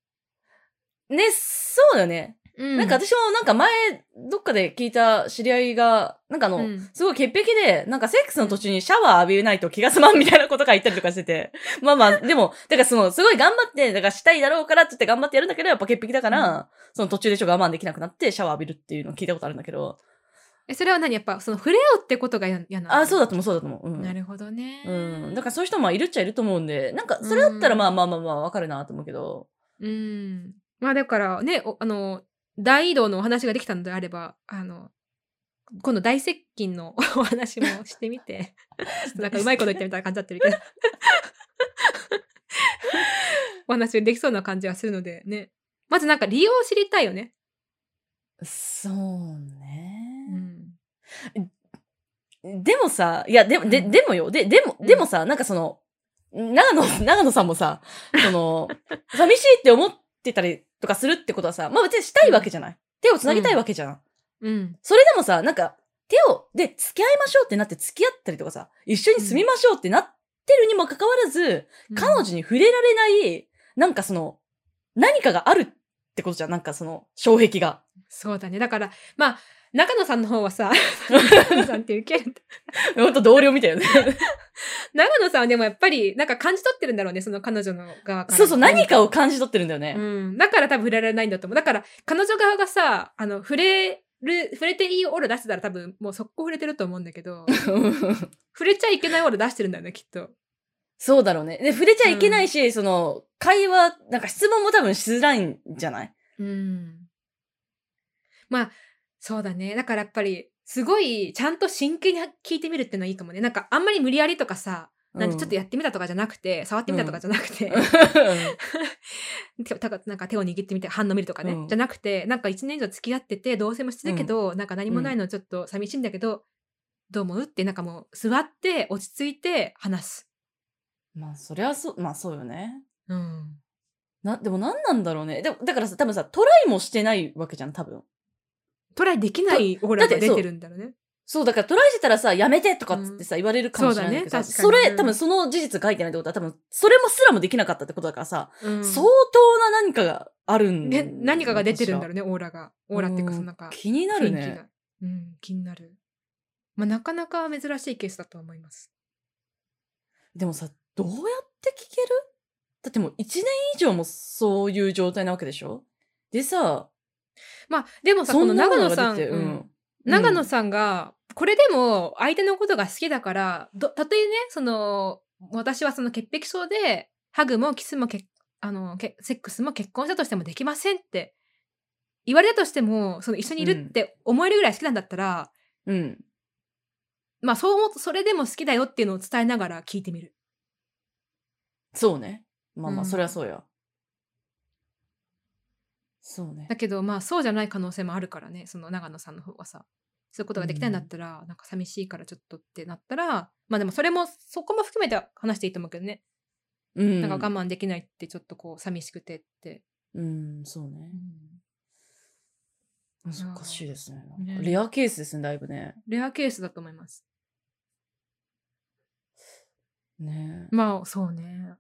[SPEAKER 1] ね、そうだよね。
[SPEAKER 2] うん
[SPEAKER 1] なんか、私もなんか前、どっかで聞いた知り合いが、なんかあの、
[SPEAKER 2] うん
[SPEAKER 1] すごい潔癖で、なんかセックスの途中にシャワー浴びないと気が済まんみたいなことが言ったりとかしてて。 まあまあ、でも、だからその、すごい頑張って、だからしたいだろうからって言って頑張ってやるんだけど、やっぱ潔癖だから、
[SPEAKER 2] う
[SPEAKER 1] その途中でちょっと我慢できなくなってシャワー浴びるっていうのを聞いたことあるんだけど。
[SPEAKER 2] え、それは何やっぱ、その、触れ合うってことが嫌嫌なの
[SPEAKER 1] あ、そうだと思う、そうだと思う。うん。
[SPEAKER 2] なるほどね。
[SPEAKER 1] うん。だからそういう人もいるっちゃいると思うんで、なんか、それだったらまあまあまあまあわかるなと思うけど。
[SPEAKER 2] うん。まあだからね、おあの、大移動のお話ができたのであれば、あの、今度大接近の お話もしてみ て、ちょっとなんかうまいこと言ってみたいな感じだってるけど。お話できそうな感じはするのでね。まずなんか理由を知りたいよね。
[SPEAKER 1] そう
[SPEAKER 2] う
[SPEAKER 1] ね。
[SPEAKER 2] ん。
[SPEAKER 1] でもさ、いや、でも、で、
[SPEAKER 2] うん
[SPEAKER 1] でもよ。で、でも、
[SPEAKER 2] うん
[SPEAKER 1] でもさ、なんかその、長野、 長野さんもさ、そ の、寂しいって思ってたりとかするってことはさ、まあ別にしたいわけじゃない。手を繋ぎたいわけじゃん。
[SPEAKER 2] うん。
[SPEAKER 1] それでもさ、なんか、手を、で、付き合いましょうってなって付き合ったりとかさ、一緒に住みましょうってなってるにもかかわらず、彼女に触れられない、なんかその、何かがあるってことじゃん。なんかその、障壁が。
[SPEAKER 2] そうだね。だから、まあ、中野さんの方はさ、中野さんって受けるんだ
[SPEAKER 1] ほんと同僚みたい よね。
[SPEAKER 2] 長野さんはでもやっぱり、なんか感じ取ってるんだろうね、その彼女の側から。
[SPEAKER 1] そうそう、何かを感じ取ってるんだよね。
[SPEAKER 2] うん。だから多分触れられないんだと思う。だから、彼女側がさ、あの、触れる、触れていいオーラ出してたら多分もう速攻触れてると思うんだ けど、触れちゃいけないオーラ出してるんだよね、きっと。
[SPEAKER 1] そうだろうね。で、触れちゃいけないし、その、会話、なんか質問も多分しづらいんじゃない
[SPEAKER 2] うん。まあ、そうだね。だからやっぱり、すごい、ちゃんと真剣に聞いてみるってのはいいかもね。なんか、あんまり無理やりとかさ、なんでちょっと
[SPEAKER 1] や
[SPEAKER 2] やってみたとかじゃなくて、触ってみたとかじゃなくて、 手をたかなんか手を握ってみて反応見るとかね、
[SPEAKER 1] うん
[SPEAKER 2] じゃなくてなんか1年以上付き合ってて同棲もしてるけど、なんか何もないのちょっと寂しいんだけど、どう思うってなんかもう座って落ち着いて話す。
[SPEAKER 1] まあ、そりゃそう、まあそうよね。
[SPEAKER 2] うん、
[SPEAKER 1] な、でも何なんだろうね。でも、だからさ、多分さ、トライもしてないわけじゃん、多分。
[SPEAKER 2] トライできないオーラが出てるんだろうね。
[SPEAKER 1] そう、だからトライしてたらさ、やめてとかっつってさ、言われるかもしれないんだけどさ、
[SPEAKER 2] そうだね確
[SPEAKER 1] そ
[SPEAKER 2] かに
[SPEAKER 1] れ、多分その事実が書いてないってことは、多分、それもすらもできなかったってことだからさ、
[SPEAKER 2] うん
[SPEAKER 1] 相当な何かがあるん
[SPEAKER 2] ね何かが出てるんだろ
[SPEAKER 1] ろ
[SPEAKER 2] うねオーラがオーラっていうかそのなんか
[SPEAKER 1] 気になる
[SPEAKER 2] 雰囲気
[SPEAKER 1] ね。
[SPEAKER 2] がうん、気になる。まあ、なかなか珍しいケースだと思います。
[SPEAKER 1] でもさ、どうやって聞けるだってもう1年以上もそういう状態なわけでしょでさ、
[SPEAKER 2] まあでもさこ
[SPEAKER 1] そ
[SPEAKER 2] の
[SPEAKER 1] んな
[SPEAKER 2] 長
[SPEAKER 1] も
[SPEAKER 2] 野
[SPEAKER 1] の
[SPEAKER 2] さ
[SPEAKER 1] が
[SPEAKER 2] ん、
[SPEAKER 1] 出て、う
[SPEAKER 2] うん
[SPEAKER 1] ん。
[SPEAKER 2] 長野さんが、これでも相手のことが好きだから、どたとえね、その、私はその潔癖症で、ハグもキスもけあのけセックスも結婚したとしてもできませんって言われたとしても、その一緒にいるって思えるぐらい好きなんだったら、
[SPEAKER 1] うん。
[SPEAKER 2] まあそう思うと、それでも好きだよっていうのを伝えながら聞いてみる。
[SPEAKER 1] そうね。まあま
[SPEAKER 2] う
[SPEAKER 1] あ、
[SPEAKER 2] ん
[SPEAKER 1] そりゃそうや。そうね
[SPEAKER 2] だ。けどまあそうじゃない可能性もあるからねその長野さんの方がさそういうことができないんだったら、なんか寂しいからちょっとってなったらまあでもそれもそこも含めて話していいと思うけどね、
[SPEAKER 1] うん。
[SPEAKER 2] なんか我慢できないってちょっとこう寂しくてって、
[SPEAKER 1] うん、そうね。
[SPEAKER 2] ん
[SPEAKER 1] 難しいですね。なんか
[SPEAKER 2] ね
[SPEAKER 1] レアケースですね、だいぶね。
[SPEAKER 2] レアケースだと思います
[SPEAKER 1] ね
[SPEAKER 2] まあそうね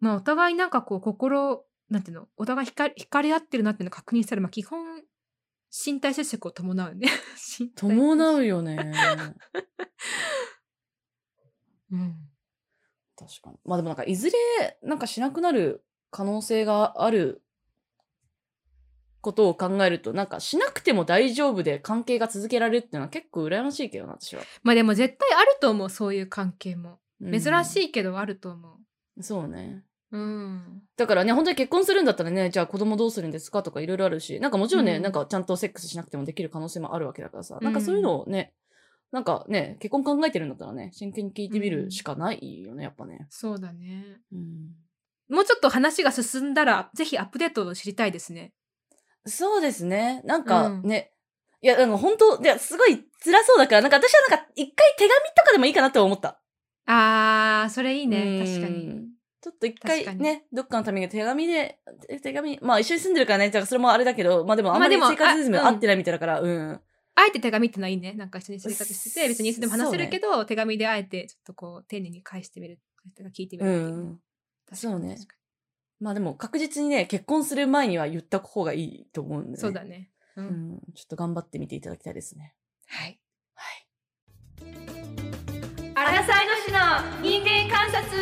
[SPEAKER 2] まあお互いなんかこう心なんていうのお互い惹か惹かれ合ってるなっていうのを確認したらまあ基本身体接触を伴うね 身体接触
[SPEAKER 1] 伴うよね。
[SPEAKER 2] うん
[SPEAKER 1] 確かに。まあでもなんか、いずれ、なんかしなくなる可能性があることを考えると、なんかしなくても大丈夫で関係が続けられるっていうのは結構羨ましいけどな、私は。
[SPEAKER 2] まあでも絶対あると思うそういう関係も
[SPEAKER 1] うん
[SPEAKER 2] 珍しいけどあると思
[SPEAKER 1] そうね。
[SPEAKER 2] ううん
[SPEAKER 1] だからね、本当に結婚するんだったらね、じゃあ子供どうするんですかとかいろいろあるし、なんかもちろんね、
[SPEAKER 2] うん
[SPEAKER 1] なんかちゃんとセックスしなくてもできる可能性もあるわけだからさ、
[SPEAKER 2] うん
[SPEAKER 1] なんかそういうのをね、なんかね、結婚考えてるんだったらね、真剣に聞いてみ
[SPEAKER 2] うん
[SPEAKER 1] るしかないよね、やっぱね。
[SPEAKER 2] そうだね
[SPEAKER 1] うん
[SPEAKER 2] もうちょっと話が進んだらぜひアップデートを知りたいですね
[SPEAKER 1] そうですね。なんか
[SPEAKER 2] うん
[SPEAKER 1] ね、いや、なんか本当、いや、すごい辛そうだから、なんか私はなんか一回手紙とかでもいいかなと思った。
[SPEAKER 2] あーそれいいね
[SPEAKER 1] うん
[SPEAKER 2] 確かに。
[SPEAKER 1] ちょっと一
[SPEAKER 2] 確
[SPEAKER 1] 回
[SPEAKER 2] か
[SPEAKER 1] ね、どっかのタイミングで手紙で、手手紙、まあ一緒に住んでるからね、だからそれもあれだけど、まあでもあんまり
[SPEAKER 2] まあでも
[SPEAKER 1] 生活リズム
[SPEAKER 2] あうん
[SPEAKER 1] 合ってないみたいだから、うん。
[SPEAKER 2] あえて手紙ってのはいいねなんか一緒に生活してて別にいつでも話せるけど、手紙であえてちょっとこう丁寧に返してみる聞いてみ
[SPEAKER 1] う
[SPEAKER 2] るっていうね、
[SPEAKER 1] ん。
[SPEAKER 2] 確かに
[SPEAKER 1] そうね
[SPEAKER 2] 確か
[SPEAKER 1] まあでも確実にね、結婚する前には言った方がいいと思うんで、
[SPEAKER 2] に
[SPEAKER 1] ね。
[SPEAKER 2] そうだねうん、
[SPEAKER 1] うん。ちょっと頑張ってみていただきたいですね。
[SPEAKER 2] はい
[SPEAKER 1] はい。
[SPEAKER 3] アラサー女子の人間観察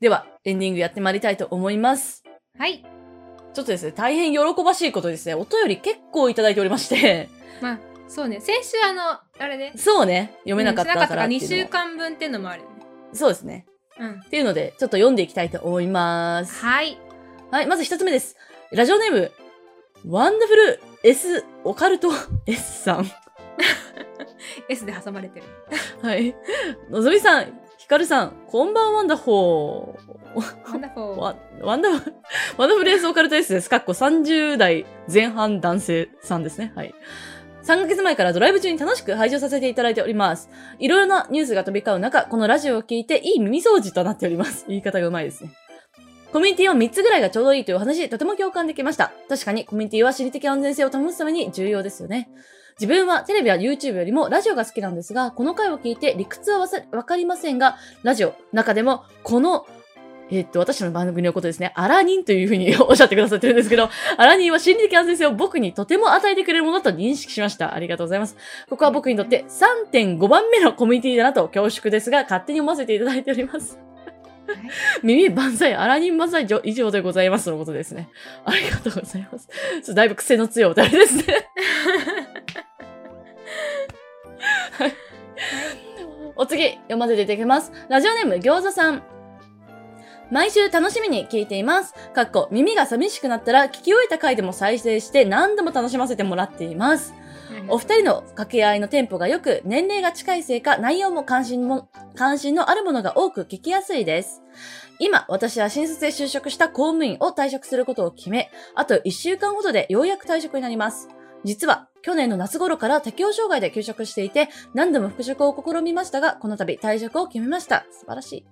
[SPEAKER 1] では、エンディングやってまいりたいと思います。
[SPEAKER 2] はい
[SPEAKER 1] ちょっとですね、大変喜ばしいことですね。お便り結構いただいておりまして。
[SPEAKER 2] まあそうね先週あのあれね
[SPEAKER 1] そうね、読めなかったからってい
[SPEAKER 2] 2
[SPEAKER 1] うのは
[SPEAKER 2] 週間分っていうのもあるね
[SPEAKER 1] そうですね。
[SPEAKER 2] うん
[SPEAKER 1] っていうので、ちょっと読んでいきたいと思います。
[SPEAKER 2] はい
[SPEAKER 1] はい、まず一つ目です。ラジオネーム、ワンダフル S オカルト S さん。
[SPEAKER 2] S で挟まれてる
[SPEAKER 1] はい。のぞみさん、ひかるさん、こんばんワンダホー。
[SPEAKER 2] ワンダフォー
[SPEAKER 1] ワワン ダ、ワンダフレースオカルト S です。かっこ30代前半男性さんですね。はい。3ヶ月前からドライブ中に楽しく拝聴させていただいております。いろいろなニュースが飛び交う中、このラジオを聞いていい耳掃除となっております。言い方がうまいですね。コミュニティを3つぐらいがちょうどいいというお話、とても共感できました。確かにコミュニティは心理的安全性を保つために重要ですよね。自分はテレビや YouTube よりもラジオが好きなんですが、この回を聞いて理屈はわさわかりませんが、ラジオ、中でもこのえっと、私の番組のことですね。アラニンというふうに おっしゃってくださってるんですけど、アラニンは心理的安全性を僕にとても与えてくれるものだと認識しました。ありがとうございます。ここは僕にとって3.5番目のコミュニティだなと恐縮ですが、勝手に思わせていただいております。
[SPEAKER 2] はい
[SPEAKER 1] 耳万歳、アラニン万歳以上でございますのことですね。ありがとうございます。ちょっとだいぶ癖の強いお便りですね。お次、読ませていただきます。ラジオネーム、餃子さん。毎週楽しみに聞いています。かっこ、耳が寂しくなったら聞き終えた回でも再生して何度も楽しませてもらっています。お二人の掛け合いのテンポが良く、年齢が近いせいか、内容も関心も、関心のあるものが多く聞きやすいです。今、私は新卒で就職した公務員を退職することを決め、あと1週間ほどでようやく退職になります。実は、去年の夏頃から適応障害で休職していて、何度も復職を試みましたが、この度退職を決めました。素晴らしい。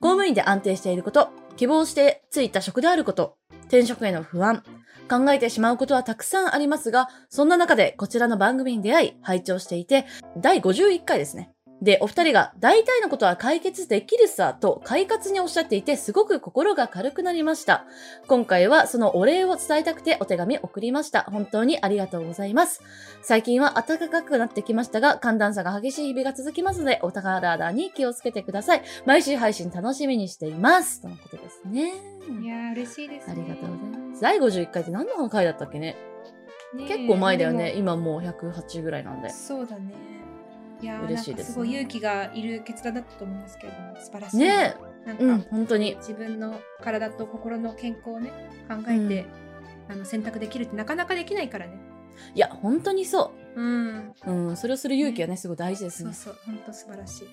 [SPEAKER 1] 公務員で安定していること、希望してついた職であること、転職への不安、考えてしまうことはたくさんありますが、そんな中でこちらの番組に出会い、拝聴していて、第51回ですね。で、お二人が大体のことは解決できるさと快活におっしゃっていて、すごく心が軽くなりました。今回はそのお礼を伝えたくてお手紙送りました。本当にありがとうございます。最近は暖かくなってきましたが、寒暖差が激しい日々が続きますので、お体に気をつけてください。毎週配信楽しみにしています。とのことですね。
[SPEAKER 2] いやー嬉しいです、
[SPEAKER 1] あ
[SPEAKER 2] ね、
[SPEAKER 1] りがとうございます。第51回って何の回だったっけね
[SPEAKER 2] ねえ
[SPEAKER 1] 結構前だよね。今もう108ぐらいなんで。
[SPEAKER 2] そうだね。いやー
[SPEAKER 1] 嬉しいですね
[SPEAKER 2] なんかすごい勇気がいる決断だったと思いますけれども、素晴らしい。
[SPEAKER 1] ね
[SPEAKER 2] なんか、
[SPEAKER 1] うん、本当に。
[SPEAKER 2] 自分の体と心の健康をね、考えて、あの選択できるってなかなかできないからね。
[SPEAKER 1] いや、本当にそ
[SPEAKER 2] うん。
[SPEAKER 1] う。うん、それをする勇気はね、すごい大事です
[SPEAKER 2] そう
[SPEAKER 1] ね。
[SPEAKER 2] そう、本当素晴らしい。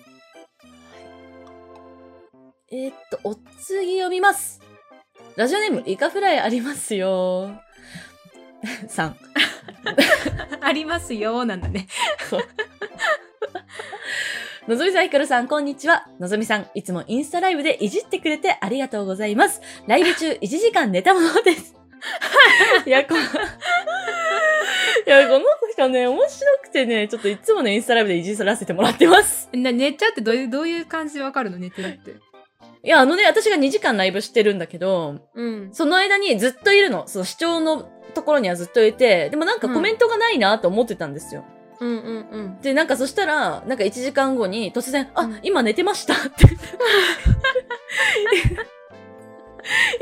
[SPEAKER 1] えーっと、お次読みます。ラジオネーム、イカフライありますよ。 さん。
[SPEAKER 2] ありますよ、なんだね。
[SPEAKER 1] のぞみさん、ひかるさん、こんにちは。のぞみさん、いつもインスタライブでいじってくれてありがとうございます。ライブ中、1時間寝たものです。 いや、この、い や、この人ね、面白くてね、ちょっといつもね、インスタライブでいじらせてもらってます。
[SPEAKER 2] な寝ちゃうってどういう、どういう感じでわかるの寝てるって。
[SPEAKER 1] いや、あのね、私が2時間ライブしてるんだけど、
[SPEAKER 2] うん。
[SPEAKER 1] その間にずっといるの。その視聴のところにはずっといて、でもなんかコメントがないなと思ってたんですよ。
[SPEAKER 2] うんうんうん。
[SPEAKER 1] で、なんかそしたら、なんか1時間後に突然、あ、
[SPEAKER 2] うん
[SPEAKER 1] 今寝てましたって。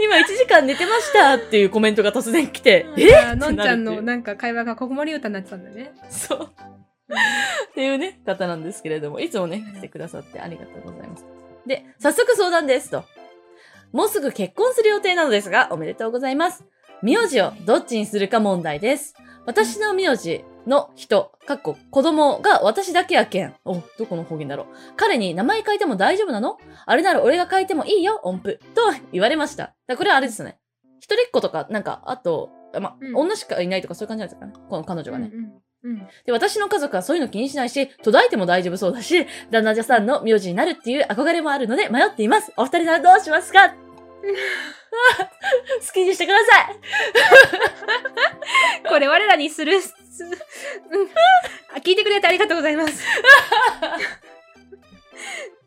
[SPEAKER 1] 今1時間寝てましたっていうコメントが突然来て、え
[SPEAKER 2] えのんち
[SPEAKER 1] ってなるっていう
[SPEAKER 2] ゃんのなんか会話がここもり歌になってたんだね。
[SPEAKER 1] そう。っていうね、方なんですけれども、いつもね、来てくださってありがとうございます。で、早速相談ですと。もうすぐ結婚する予定なのですが、おめでとうございます。名字をどっちにするか問題です。私の名字の人、かっこ子供が私だけやけん。お、どこの方言だろう。彼に名前変えても大丈夫なのあれなら俺が変えてもいいよ、音符。と言われました。だからこれはあれですね。一人っ子とか、なんか、あと、まあ、
[SPEAKER 2] うん
[SPEAKER 1] 女しかいないとかそういう感じなんですかね。この彼女がね。
[SPEAKER 2] うんうん。
[SPEAKER 1] で、私の家族はそういうの気にしないし、途絶えても大丈夫そうだし、旦那さんの名字になるっていう憧れもあるので迷っています。お二人ならどうしますか 好きにしてください
[SPEAKER 2] これ我らにする。す うんあ聞いてくれてありがとうございます。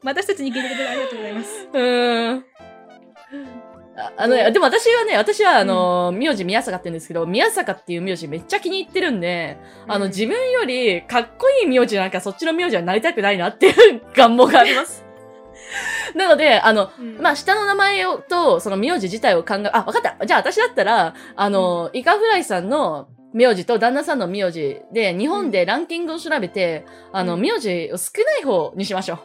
[SPEAKER 2] 私たちに聞いてくれてありがとうございます。
[SPEAKER 1] うーん。ああのね、でも私はね、私はあの、名字宮坂って言うんですけど、宮坂っていう名字めっちゃ気に入ってるんで、 あの、
[SPEAKER 2] うん
[SPEAKER 1] 自分よりかっこいい名字なんかそっちの名字はなりたくないなっていう願望があり ます。なので、あの、
[SPEAKER 2] うん
[SPEAKER 1] まあ、下の名前をと、その名字自体を考え、あ、わかった。じゃあ私だったら、あの、イカフライさんの名字と旦那さんの名字で、日本でランキングを調べて、あの、
[SPEAKER 2] うん
[SPEAKER 1] 名字を少ない方にしましょ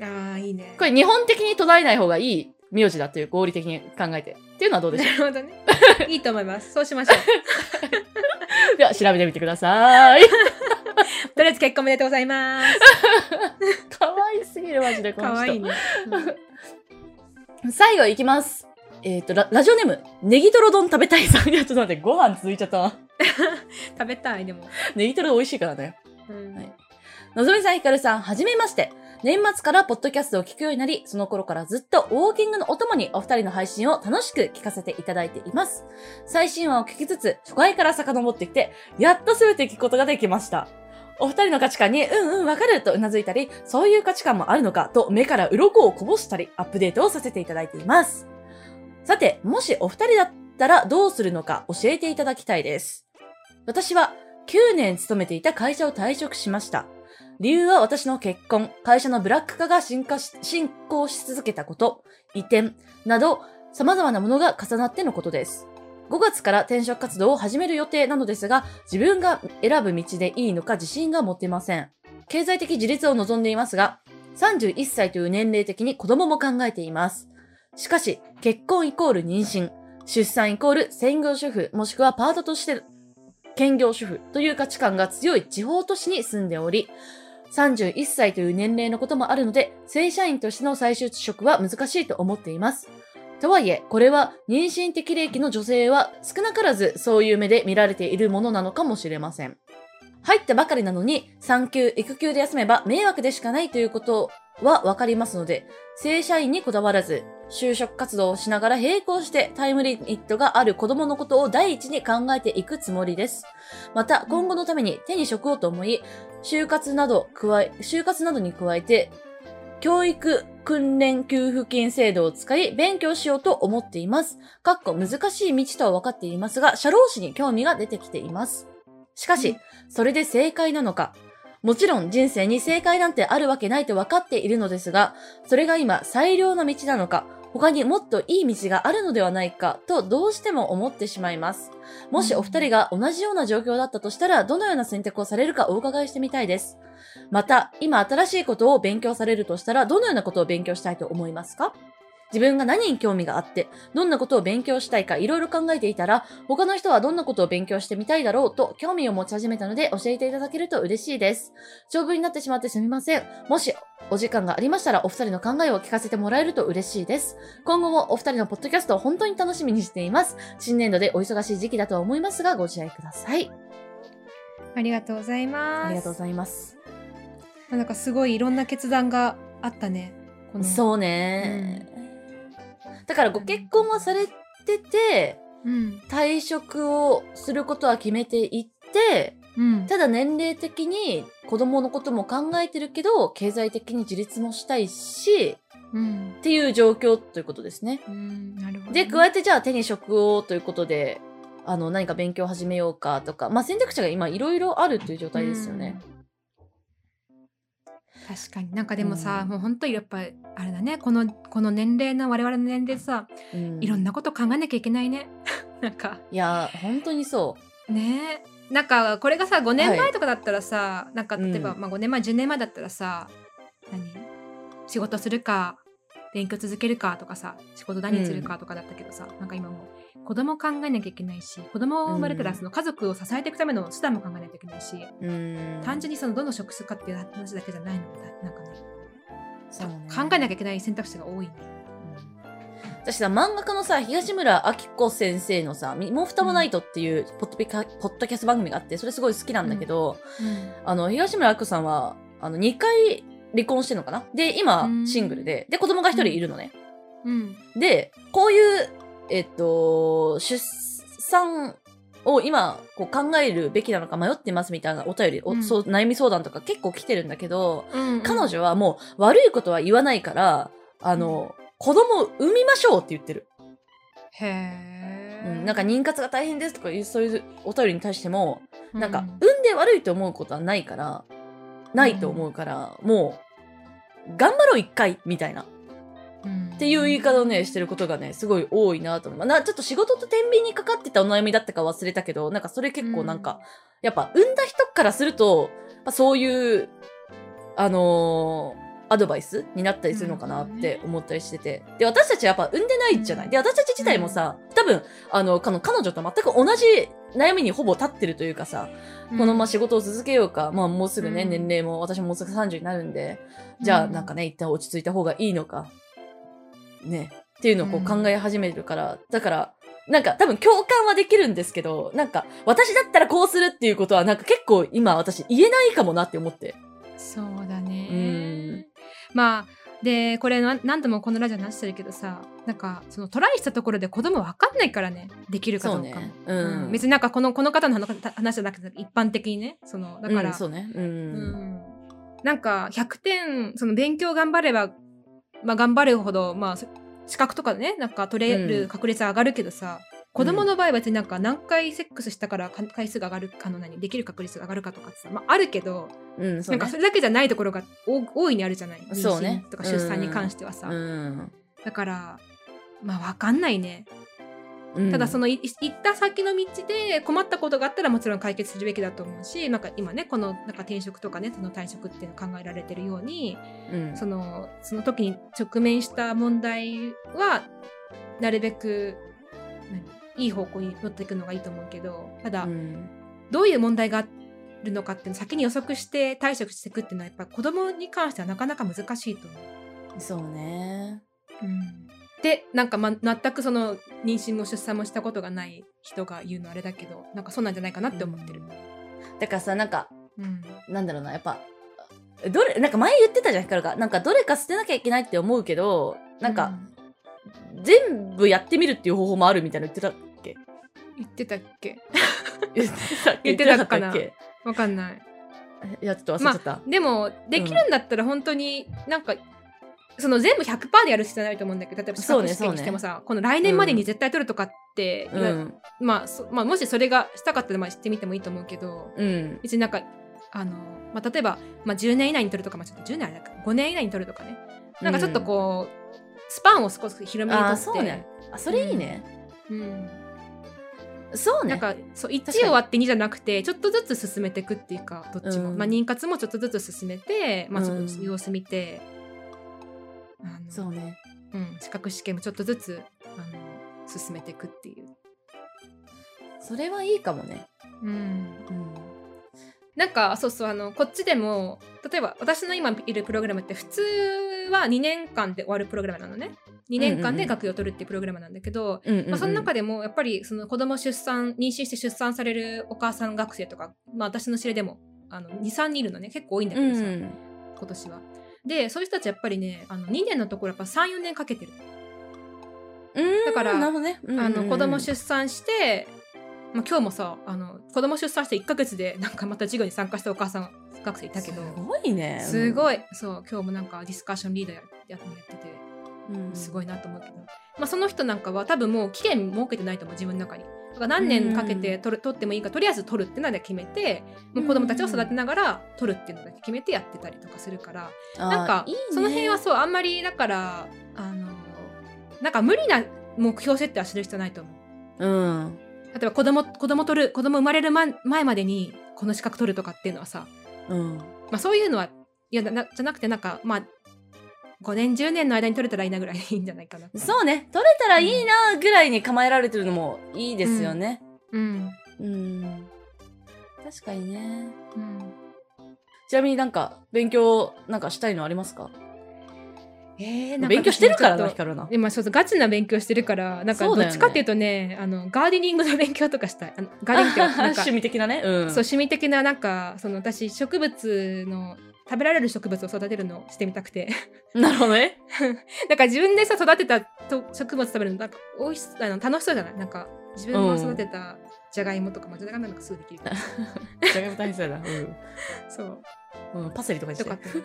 [SPEAKER 1] う。
[SPEAKER 2] ああ、いいね。
[SPEAKER 1] これ日本的に途絶えない方がいい名字だという合理的に考えて。っていうのはどうでしょ
[SPEAKER 2] なるほどね。いいと思います。そうしましょ う。
[SPEAKER 1] うでは調べてみてください。
[SPEAKER 2] とりあえず結婚おめでとうございます。
[SPEAKER 1] かわいすぎる、マジで、この
[SPEAKER 2] か
[SPEAKER 1] 人。
[SPEAKER 2] わ いいね。
[SPEAKER 1] 最後いきます。えっ、とラ、ラジオネーム、ネギトロ丼食べたいさん。いや、ちょっと待って、ご飯続いちゃったな。
[SPEAKER 2] 食べたい、でも。
[SPEAKER 1] ネギトロ美味しいからね。
[SPEAKER 2] うん
[SPEAKER 1] はいのぞみさん、ひかるさん、はじめまして。年末からポッドキャストを聞くようになり、その頃からずっとウォーキングのお供にお二人の配信を楽しく聞かせていただいています。最新話を聞きつつ、初回から遡ってきて、やっと全て聞くことができました。お二人の価値観に、うんうんわかるとうなずいたり、そういう価値観もあるのかと目から鱗をこぼしたり、アップデートをさせていただいています。さて、もしお二人だったらどうするのか教えていただきたいです。私は9年勤めていた会社を退職しました。理由は私の結婚、会社のブラック化が進化し進行し続けたこと、移転など様々なものが重なってのことです。5月から転職活動を始める予定なのですが、自分が選ぶ道でいいのか自信が持てません。経済的自立を望んでいますが、31歳という年齢的に子供も考えています。しかし、結婚イコール妊娠、出産イコール専業主婦、もしくはパートとして兼業主婦という価値観が強い地方都市に住んでおり、31歳という年齢のこともあるので、正社員としての再就職は難しいと思っています。とはいえ、これは妊娠適齢期の女性は少なからずそういう目で見られているものなのかもしれません。入ったばかりなのに、産休、育休で休めば迷惑でしかないということはわかりますので、正社員にこだわらず、就職活動をしながら並行してタイムリミットがある子供のことを第一に考えていくつもりです。また、今後のために手に職をと思い、就活など加え、就活などに加えて、教育訓練給付金制度を使い勉強しようと思っています。かっこ難しい道とは分かっていますが、社労士に興味が出てきています。しか
[SPEAKER 2] う
[SPEAKER 1] し
[SPEAKER 2] ん、
[SPEAKER 1] それで正解なのかもちろん人生に正解なんてあるわけないと分かっているのですが、それが今最良の道なのか、他にもっといい道があるのではないかとどうしても思ってしまいます。もしお二人が同じような状況だったとしたら、どのような選択をされるかお伺いしてみたいです。また、今新しいことを勉強されるとしたら、どのようなことを勉強したいと思いますか自分が何に興味があって、どんなことを勉強したいかいろいろ考えていたら、他の人はどんなことを勉強してみたいだろうと興味を持ち始めたので教えていただけると嬉しいです。長文になってしまってすみません。もしお時間がありましたらお二人の考えを聞かせてもらえると嬉しいです。今後もお二人のポッドキャストを本当に楽しみにしています。新年度でお忙しい時期だとは思いますがご自愛ください。
[SPEAKER 2] ありがとうございます。
[SPEAKER 1] ありがとうございます。
[SPEAKER 2] なんかすごいいろんな決断があったね。この
[SPEAKER 1] そうね、だからご結婚はされてて、
[SPEAKER 2] う。うん。
[SPEAKER 1] 退職をすることは決めていって、
[SPEAKER 2] うん。
[SPEAKER 1] ただ年齢的に子供のことも考えてるけど、経済的に自立もしたいし、
[SPEAKER 2] うん。
[SPEAKER 1] っていう状況ということですね。
[SPEAKER 2] うん。なるほどね、
[SPEAKER 1] で、加えてじゃあ手に職をということで、あの、何か勉強を始めようかとか、まあ選択肢が今いろいろあるという状態ですよね。
[SPEAKER 2] うん。確かになんかでもさ、
[SPEAKER 1] うん
[SPEAKER 2] もう本当にやっぱあれだねこのこの年齢の我々の年齢でさ
[SPEAKER 1] うん
[SPEAKER 2] いろんなこと考えなきゃいけないね なんか
[SPEAKER 1] いや、本当にそ
[SPEAKER 2] ねえなんかこれがさ5年前とかだったらさ、なんか例えば、
[SPEAKER 1] うん
[SPEAKER 2] まあ、5年前10年前だったらさ何仕事するか勉強続けるかとかさ仕事何するかとかだったけどさ、なんか今もう子供考えなきゃいけないし子供生まれた
[SPEAKER 1] う
[SPEAKER 2] ら
[SPEAKER 1] ん
[SPEAKER 2] その家族を支えていくための手段も考えないといけないし、
[SPEAKER 1] う。うん。
[SPEAKER 2] 単純にそのどの職種かっていう話だけじゃないのだなんかね
[SPEAKER 1] そうね
[SPEAKER 2] 考えなきゃいけない選択肢が多いね。
[SPEAKER 1] 私さ、漫画家のさ、東村明子先生のさ、みもうふたもないとっていうポッドピカ、ポッドキャスト番組があって、それすごい好きなんだけど、あの、東村明子さんは、あの、2回離婚してるのかなで、今
[SPEAKER 2] う、ん
[SPEAKER 1] シングルで、で、子供が1人いるのね。
[SPEAKER 2] うん
[SPEAKER 1] で、こういう、えっと、出産を今、こう考えるべきなのか迷ってますみたいなお便り、お
[SPEAKER 2] うん
[SPEAKER 1] そう悩み相談とか結構来てるんだけど、
[SPEAKER 2] うん
[SPEAKER 1] 彼女はもう悪いことは言わないから、あの、子供を産みましょうって言ってる。
[SPEAKER 2] へ
[SPEAKER 1] う
[SPEAKER 2] え、
[SPEAKER 1] ん、なんか妊活が大変ですとかいうそういうお便りに対しても、
[SPEAKER 2] う
[SPEAKER 1] なんか産んで悪いと思うことはないからないと思うから、もう頑張ろう一回みたいなっ
[SPEAKER 2] うん
[SPEAKER 1] ていう言い方をねしてることがねすごい多いなと思う、まあなちょっと仕事と天秤にかかってたお悩みだったか忘れたけどなんかそれ結構なんか、やっぱ産んだ人からするとやっぱそういうあのーアドバイスになったりするのかなって思ったりしてて。で、私たちはやっぱ産んでないじゃない。で、私たち自体もさ、多分、あの、かの彼女と全く同じ悩みにほぼ立ってるというかさ、
[SPEAKER 2] うん
[SPEAKER 1] このまま仕事を続けようか、まあもうすぐね、
[SPEAKER 2] うん
[SPEAKER 1] 年齢も、私ももうすぐ30になるんで、じゃあ
[SPEAKER 2] うん
[SPEAKER 1] なんかね、一旦落ち着いた方がいいのか、ね、っていうのをこう
[SPEAKER 2] うん
[SPEAKER 1] 考え始めるから、だから、なんか多分共感はできるんですけど、なんか私だったらこうするっていうことはなんか結構今私言えないかもなって思って。
[SPEAKER 2] そうだね、
[SPEAKER 1] うん
[SPEAKER 2] まあでこれな何度もこのラジオで話してるけどさなんかそのトライしたところで子供わかんないからねできるかどう
[SPEAKER 1] そ
[SPEAKER 2] かも
[SPEAKER 1] うねうん
[SPEAKER 2] 別になんかこのこの方の話話じゃなくて一般的にねそのだから、
[SPEAKER 1] うんそうね。う。
[SPEAKER 2] うんんなんか100点その勉強頑張れば、まあ、頑張るほど、まあ、そ資格とかねなんか取れ
[SPEAKER 1] うん
[SPEAKER 2] る確率は上がるけどさ、子供の場合は別になんか何回セックスしたからか回数が上がるかの何できる確率が上がるかとかってさ、まあ、あるけど、
[SPEAKER 1] うん、そう
[SPEAKER 2] な
[SPEAKER 1] ん
[SPEAKER 2] か
[SPEAKER 1] ね
[SPEAKER 2] そ。れだけじゃないところがお大いにあるじゃない
[SPEAKER 1] そうね
[SPEAKER 2] 妊娠とか出産に関してはさ、
[SPEAKER 1] うん
[SPEAKER 2] だからまあ分かんないね、
[SPEAKER 1] うん
[SPEAKER 2] ただそのいい行った先の道で困ったことがあったらもちろん解決するべきだと思うしなんか今ねこのなんか転職とかねその退職っていうの考えられてるように
[SPEAKER 1] うん
[SPEAKER 2] そのその時に直面した問題はなるべく何いい方向に乗っていくのがいいと思うけどただ、
[SPEAKER 1] うん
[SPEAKER 2] どういう問題があるのかっていうのを先に予測して退職していくっていうのはやっぱ子供に関してはなかなか難しいと思う。
[SPEAKER 1] そうね。
[SPEAKER 2] でなんか、ま、全くその妊娠も出産もしたことがない人が言うのあれだけどなんかそうなんじゃないかなって思ってる。
[SPEAKER 1] だからさ、なんか、
[SPEAKER 2] うん
[SPEAKER 1] なんだろうな、やっぱ、どれ、なんか前言ってたじゃん、ヒカルが。なんかどれか捨てなきゃいけないって思うけど、なん
[SPEAKER 2] う
[SPEAKER 1] か、全部やってみるっていう方法もあるみたいな言ってたっけ
[SPEAKER 2] 言ってたっけ
[SPEAKER 1] 言ってたっけ
[SPEAKER 2] 言ってなかったな
[SPEAKER 1] 言って
[SPEAKER 2] わかんな
[SPEAKER 1] な
[SPEAKER 2] い。
[SPEAKER 1] かったっけいや、ちょっと忘れちゃった。
[SPEAKER 2] でもできるんだったら本当になんか、その全部100%でやる必要はないと思うんだけど例えば資
[SPEAKER 1] そう
[SPEAKER 2] 格
[SPEAKER 1] ね
[SPEAKER 2] 試験に
[SPEAKER 1] そうね
[SPEAKER 2] してもさ、この来年までに絶対取るとかって、
[SPEAKER 1] う
[SPEAKER 2] いわ
[SPEAKER 1] ん。
[SPEAKER 2] まあそまあ、もしそれがしたかったらまあ知ってみてもいいと思うけど
[SPEAKER 1] うん。
[SPEAKER 2] 別になんかあの、まあ、例えば、まあ、10年以内に取るとか、まあ、ちょっと10年あれだから5年以内に取るとかねなんかちょっとこう、スパンを少し広めに
[SPEAKER 1] あ
[SPEAKER 2] と
[SPEAKER 1] ー
[SPEAKER 2] って
[SPEAKER 1] そうね。あ、それいいね。
[SPEAKER 2] うん
[SPEAKER 1] そうね。
[SPEAKER 2] なんかそう1
[SPEAKER 1] 確かに
[SPEAKER 2] 終わって2じゃなくてちょっとずつ進めていくっていうかどっちも、
[SPEAKER 1] うん
[SPEAKER 2] まあ、妊活もちょっとずつ進めて、まあ、ちょっ
[SPEAKER 1] うん
[SPEAKER 2] と様子見て、あの
[SPEAKER 1] そうね。
[SPEAKER 2] うん、資格試験もちょっとずつあの進めていくっていう、
[SPEAKER 1] それはいいかもね。
[SPEAKER 2] うん、
[SPEAKER 1] うん。
[SPEAKER 2] なんかそうそうあのこっちでも例えば私の今いるプログラムって普通は2年間で終わるプログラムなのね2年間で学位を取るっていうプログラムなんだけど、
[SPEAKER 1] うん、うん。
[SPEAKER 2] まあ、その中
[SPEAKER 1] で、
[SPEAKER 2] でもやっぱりその子供出産妊娠して出産されるお母さん学生とか、まあ、私の知りでも23人いるのね結構多いんだけ
[SPEAKER 1] う
[SPEAKER 2] どさ、
[SPEAKER 1] ん。
[SPEAKER 2] 今年は。でそういう人たちやっぱりねあの2年のところやっぱ34年かけてる、
[SPEAKER 1] うん
[SPEAKER 2] だから
[SPEAKER 1] なるほどね。うんうんうん
[SPEAKER 2] あの子供出産して、まあ、今日もさあの子供出産して1ヶ月でなんかまた授業に参加したお母さん学生いたけど
[SPEAKER 1] すごいね。
[SPEAKER 2] すご
[SPEAKER 1] い。
[SPEAKER 2] いそう今日もなんかディスカッションリーダーややっててすご
[SPEAKER 1] い。
[SPEAKER 2] いなと思うけど、まあ、その人なんかは多分もう期限設けてないと思う自分の中に。だから何年かけて取る、取ってもいいかとりあえず取るってので決めてもう子供たちを育てながら取るっていうのだけ決めてやってたりとかするから、なんか
[SPEAKER 1] あーいいね
[SPEAKER 2] その辺はそうあんまりだからあのなんか無理な目標設定はする必要ないと思う。
[SPEAKER 1] うん。
[SPEAKER 2] 例えば子供子供取る子供生まれるま前までにこの資格取るとかっていうのはさ、
[SPEAKER 1] うん。
[SPEAKER 2] まあ、そういうのはいやななじゃなくてなんかまあ5年10年の間に取れたらいいなぐらいでいいんじゃないかな。
[SPEAKER 1] そうね。取れたらいいなぐらいに構えられてるのもいいですよね。
[SPEAKER 2] うん
[SPEAKER 1] うん。確かにね。
[SPEAKER 2] うん
[SPEAKER 1] ちなみになんか、勉強なんかしたいのありますか
[SPEAKER 2] えー
[SPEAKER 1] 勉強してるからな、ヒ
[SPEAKER 2] 私ねちょっと
[SPEAKER 1] カルな。
[SPEAKER 2] 今ちょっとガチな勉強してるからなんか
[SPEAKER 1] そうだ
[SPEAKER 2] ど
[SPEAKER 1] よ
[SPEAKER 2] っ
[SPEAKER 1] ね
[SPEAKER 2] ちかっていうとねあのガーデニングの勉強とかしたい あのガーデニングってなんか
[SPEAKER 1] 趣味的なね。うん。
[SPEAKER 2] そう趣味的ななんかその私植物の食べられる植物を育てるのをしてみたくて
[SPEAKER 1] なるほどね。
[SPEAKER 2] なんか自分でさ育てたと植物食べるのなんか美味しあの楽しそうじゃないなんか自分の育てたじゃがいもとかまあじゃがいもなんかすぐできるけど
[SPEAKER 1] じゃがいも大変 そうやな。
[SPEAKER 2] そう
[SPEAKER 1] うん。うんパセリとかにし
[SPEAKER 2] と
[SPEAKER 1] て
[SPEAKER 2] かっ。て、う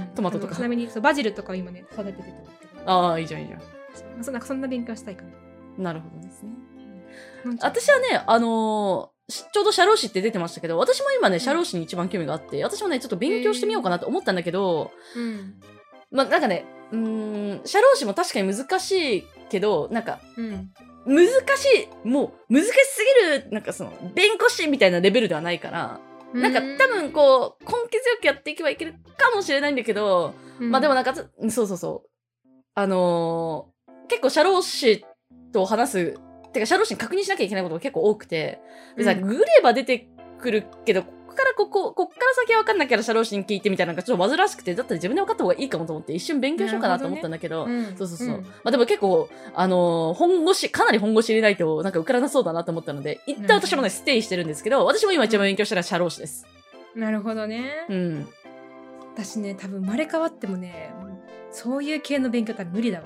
[SPEAKER 2] ん
[SPEAKER 1] トマトとか
[SPEAKER 2] あのちなみにそうバジルとかを今ね育ててると思うけど
[SPEAKER 1] ああ、いいじゃん、いいじゃん。
[SPEAKER 2] そうなんかそんな勉強したいか
[SPEAKER 1] な
[SPEAKER 2] な
[SPEAKER 1] るほどですね。
[SPEAKER 2] のんちゃん
[SPEAKER 1] 私はね、あのーしちょうど社労士って出てましたけど、私も今ね、社労士に一番興味があって、私もね、ちょっと勉強してみようかなと思ったんだけど、
[SPEAKER 2] うん
[SPEAKER 1] まあ、なんかね、うーん、社労士も確かに難しいけど、なんか、
[SPEAKER 2] うん
[SPEAKER 1] 難しい、もう、難しすぎる、なんかその、弁護士みたいなレベルではないから、なんか多分こう、根気強くやっていけばいけるかもしれないんだけど、
[SPEAKER 2] うん
[SPEAKER 1] まあでもなんか、つそうそうそう。あのー結構社労士と話す、てか社労士に確認しなきゃいけないことが結構多くて、でさ、
[SPEAKER 2] うん
[SPEAKER 1] グれば出てくるけど、ここからここ、こっから先は分かんないから社労士に聞いてみたいなのがちょっと煩わしくて、だったら自分で分かった方がいいかもと思って一瞬勉強しようかなと思ったんだけど、
[SPEAKER 2] うん
[SPEAKER 1] そうそうそう。
[SPEAKER 2] ん
[SPEAKER 1] まあでも結構、あのー本腰、かなり本腰入れないと、なんか受からなそうだなと思ったので、一旦私もね、ステイしてるんですけど、私も今一番勉強したのは社労士です。
[SPEAKER 2] なるほどね、
[SPEAKER 1] うん。
[SPEAKER 2] 私ね多分生まれ変わってもねそういう系の勉強多分無理だわ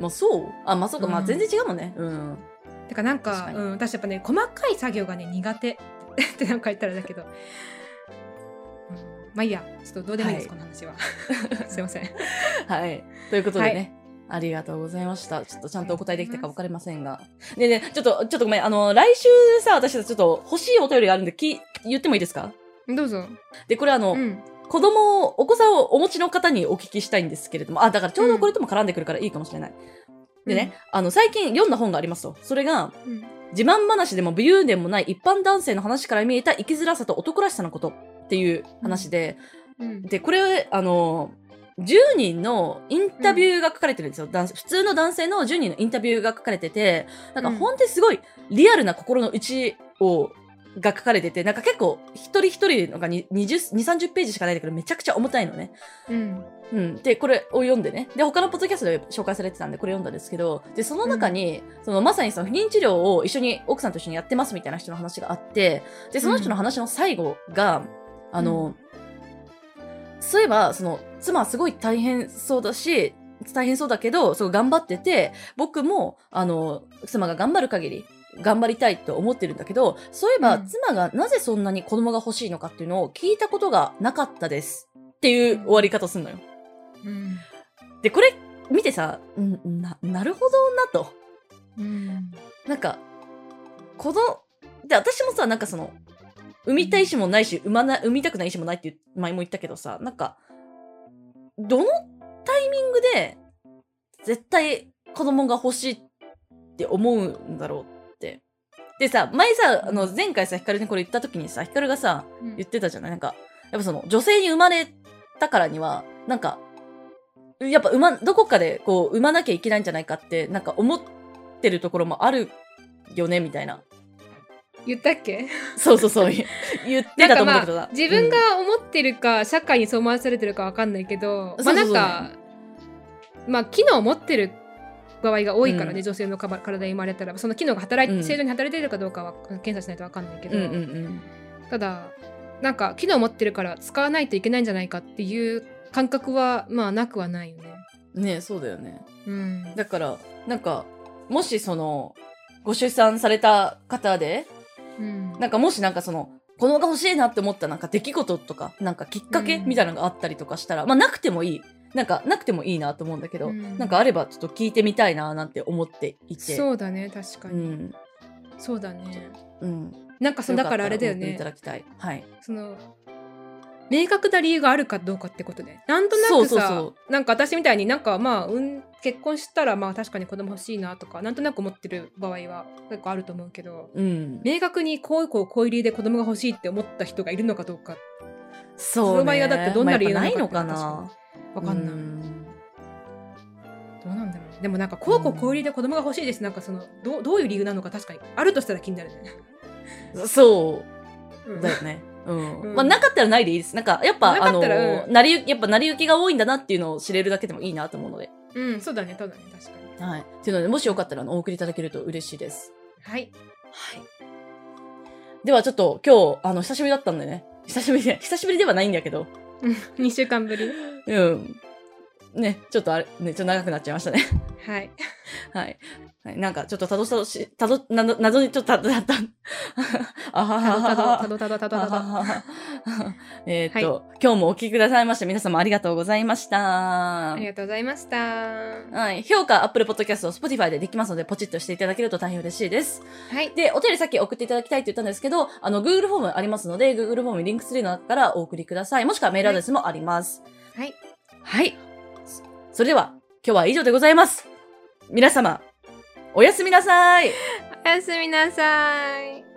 [SPEAKER 1] まあそうあ、まあそうか、まあ
[SPEAKER 2] うん
[SPEAKER 1] 全然違うもんね。うん。
[SPEAKER 2] てかなんか
[SPEAKER 1] 確かに
[SPEAKER 2] うん、私やっぱね細かい作業がね苦手 ってなんか言ったらだけど、うんまあいいやちょっとどうでもいいです、
[SPEAKER 1] は
[SPEAKER 2] この話は すいません
[SPEAKER 1] はい。ということでね。ありがとうございました。ちょっとちゃんとお答えできたか分かりませんが。ねえねえ、ちょっと、ちょっとごめん。あの、来週さ、私たちちょっと欲しいお便りがあるんで、き、言ってもいいですか
[SPEAKER 2] どうぞ
[SPEAKER 1] で、これあの、
[SPEAKER 2] うん
[SPEAKER 1] 子供を、お子さんをお持ちの方にお聞きしたいんですけれども、あ、だからちょうどこれとも絡んでくるからいいかもしれない。でね、あの、最近読んだ本がありますと。それが、
[SPEAKER 2] うん
[SPEAKER 1] 自慢話でも武勇伝もない一般男性の話から見えた生きづらさと男らしさのことっていう話で、
[SPEAKER 2] うん
[SPEAKER 1] で、これ、あの、10人のインタビューが書かれてるんですよ。男性普通の男性の10人のインタビューが書かれてて、なんか
[SPEAKER 2] うん
[SPEAKER 1] 本当にすごいリアルな心の内を、が書かれてて、なんか結構一人一人のが20、20 30ページしかないんだけど、めちゃくちゃ重たいのね。
[SPEAKER 2] うん
[SPEAKER 1] うん。で、これを読んでね。で、他のポッドキャストで紹介されてたんで、これ読んだんですけど、で、その中に、その、まさにその不妊治療を一緒に、奥さんと一緒にやってますみたいな人の話があって、で、その人の話の最後が、あの、そういえば、その、妻はすごい大変そうだし、大変そうだけど、すごい頑張ってて、僕も、あの、妻が頑張る限り、頑張りたいと思ってるんだけど、そういえば、
[SPEAKER 2] うん
[SPEAKER 1] 妻がなぜそんなに子供が欲しいのかっていうのを聞いたことがなかったです。っていう終わり方すんのよ。
[SPEAKER 2] うん
[SPEAKER 1] で、これ見てさ、んな、なるほどなと。
[SPEAKER 2] うん
[SPEAKER 1] なんか、この、で、私もさ、なんかその、産みたい意思もないし、産まな、産みたくない意思もないっていう前も言ったけどさ、なんか、どのタイミングで、絶対子供が欲しいって思うんだろうって。でさ、前さ、あの、前回さ、ヒカルにこれ言った時にさ、ヒカルがさ、言ってたじゃないなんか、やっぱその、女性に生まれたからには、なんか、やっぱ馬、どこかでこう、産まなきゃいけないんじゃないかって、なんか思ってるところもあるよね、みたいな。
[SPEAKER 2] 言ったっけ
[SPEAKER 1] そうそう そう、言言ってたと思うんだけどな。
[SPEAKER 2] 自分が思ってるか、社会にそう思わされてるかわかんないけど、まあなんか、まあ機能を持ってる場合が多いからね、
[SPEAKER 1] うん
[SPEAKER 2] 女性のかば体に生まれたら、その機能が働い、
[SPEAKER 1] うん
[SPEAKER 2] 正常に働いてるかどうかは検査しないとわかんないけ
[SPEAKER 1] う
[SPEAKER 2] ど、
[SPEAKER 1] ん、うんうん
[SPEAKER 2] ただ、なんか機能を持ってるから使わないといけないんじゃないかっていう感覚は、まあなくはないよね。
[SPEAKER 1] うん。ねそうだよね。
[SPEAKER 2] うん。
[SPEAKER 1] だから、なんか、もしその、ご出産された方で、
[SPEAKER 2] うん
[SPEAKER 1] なんかもしなんかその、子供が欲しいなって思ったなんか出来事とか、なんかきっかけ
[SPEAKER 2] うん
[SPEAKER 1] みたいなのがあったりとかしたら、まあなくてもいい。なんかなくてもいいなと思うんだけど、
[SPEAKER 2] うん
[SPEAKER 1] なんかあればちょっと聞いてみたいななんて思っていて。
[SPEAKER 2] そうだね、確か
[SPEAKER 1] う
[SPEAKER 2] に。
[SPEAKER 1] ん。
[SPEAKER 2] そうだね。
[SPEAKER 1] うん。
[SPEAKER 2] なんかそのだからあれだよ
[SPEAKER 1] よか
[SPEAKER 2] ね
[SPEAKER 1] った。ら送っていただきたい。はい。
[SPEAKER 2] その明確な理由があるかどうかってことでなんとなくさ
[SPEAKER 1] そうそうそ
[SPEAKER 2] なんか私みたいになんかまあ、うん、結婚したらまあ確かに子供欲しいなとかなんとなく思ってる場合は結構あると思うけど
[SPEAKER 1] うん。
[SPEAKER 2] 明確にこうこうこういう理由で子供が欲しいって思った人がいるのかどうか
[SPEAKER 1] そう、ね。
[SPEAKER 2] その場合がだってどんな理由
[SPEAKER 1] まあやっぱない
[SPEAKER 2] なの
[SPEAKER 1] のか
[SPEAKER 2] かって
[SPEAKER 1] な。
[SPEAKER 2] わかんない、
[SPEAKER 1] うん
[SPEAKER 2] どうなんだろうねでもなんかこうこうこういう理由で子供が欲しいですなんかそのどうどういう理由なのか確かにあるとしたら気になるね、
[SPEAKER 1] そう。
[SPEAKER 2] うん
[SPEAKER 1] だよね。うん
[SPEAKER 2] うん
[SPEAKER 1] まあ、なかったらないでいいです。なんか、やっぱ、
[SPEAKER 2] な
[SPEAKER 1] あ
[SPEAKER 2] かっ
[SPEAKER 1] の、
[SPEAKER 2] たらうん
[SPEAKER 1] なりゆ、やっぱ、なりゆきが多いんだなっていうのを知れるだけでもいいなと思うので。
[SPEAKER 2] うんそうだねそうだね確かに
[SPEAKER 1] はい。っていうので、もしよかったら、あのお送りいただけると嬉しいです。
[SPEAKER 2] はい
[SPEAKER 1] はい。では、ちょっと、今日、あの、久しぶりだったんでね。久しぶりで、久しぶりではないんだけど。
[SPEAKER 2] 2週間ぶり
[SPEAKER 1] うん。ね、ちょっとあれ、ね、ちょっと長くなっちゃいましたね。
[SPEAKER 2] はい
[SPEAKER 1] はい。はい、なんか、ちょっとたどたどし、たど、など、謎にちょっとたど、たど、あはははは
[SPEAKER 2] たどたどたどたどたど
[SPEAKER 1] えーっと、今日もお聞きくださいまして、皆様ありがとうございました
[SPEAKER 2] あ。りがとうございました。
[SPEAKER 1] はい。評価、Apple Podcast を Spotify でできますので、ポチッとしていただけると大変嬉しいです。
[SPEAKER 2] はい。
[SPEAKER 1] で、お便りさっき送っていただきたいって言ったんですけど、あの、Google フォームありますので、Google フォームリンク3の中からお送りください。もしくはメールアドレスもあります。
[SPEAKER 2] はい。
[SPEAKER 1] はい。それでは、今日は以上でございます。皆様、おやすみなさい。
[SPEAKER 2] おやすみなさい。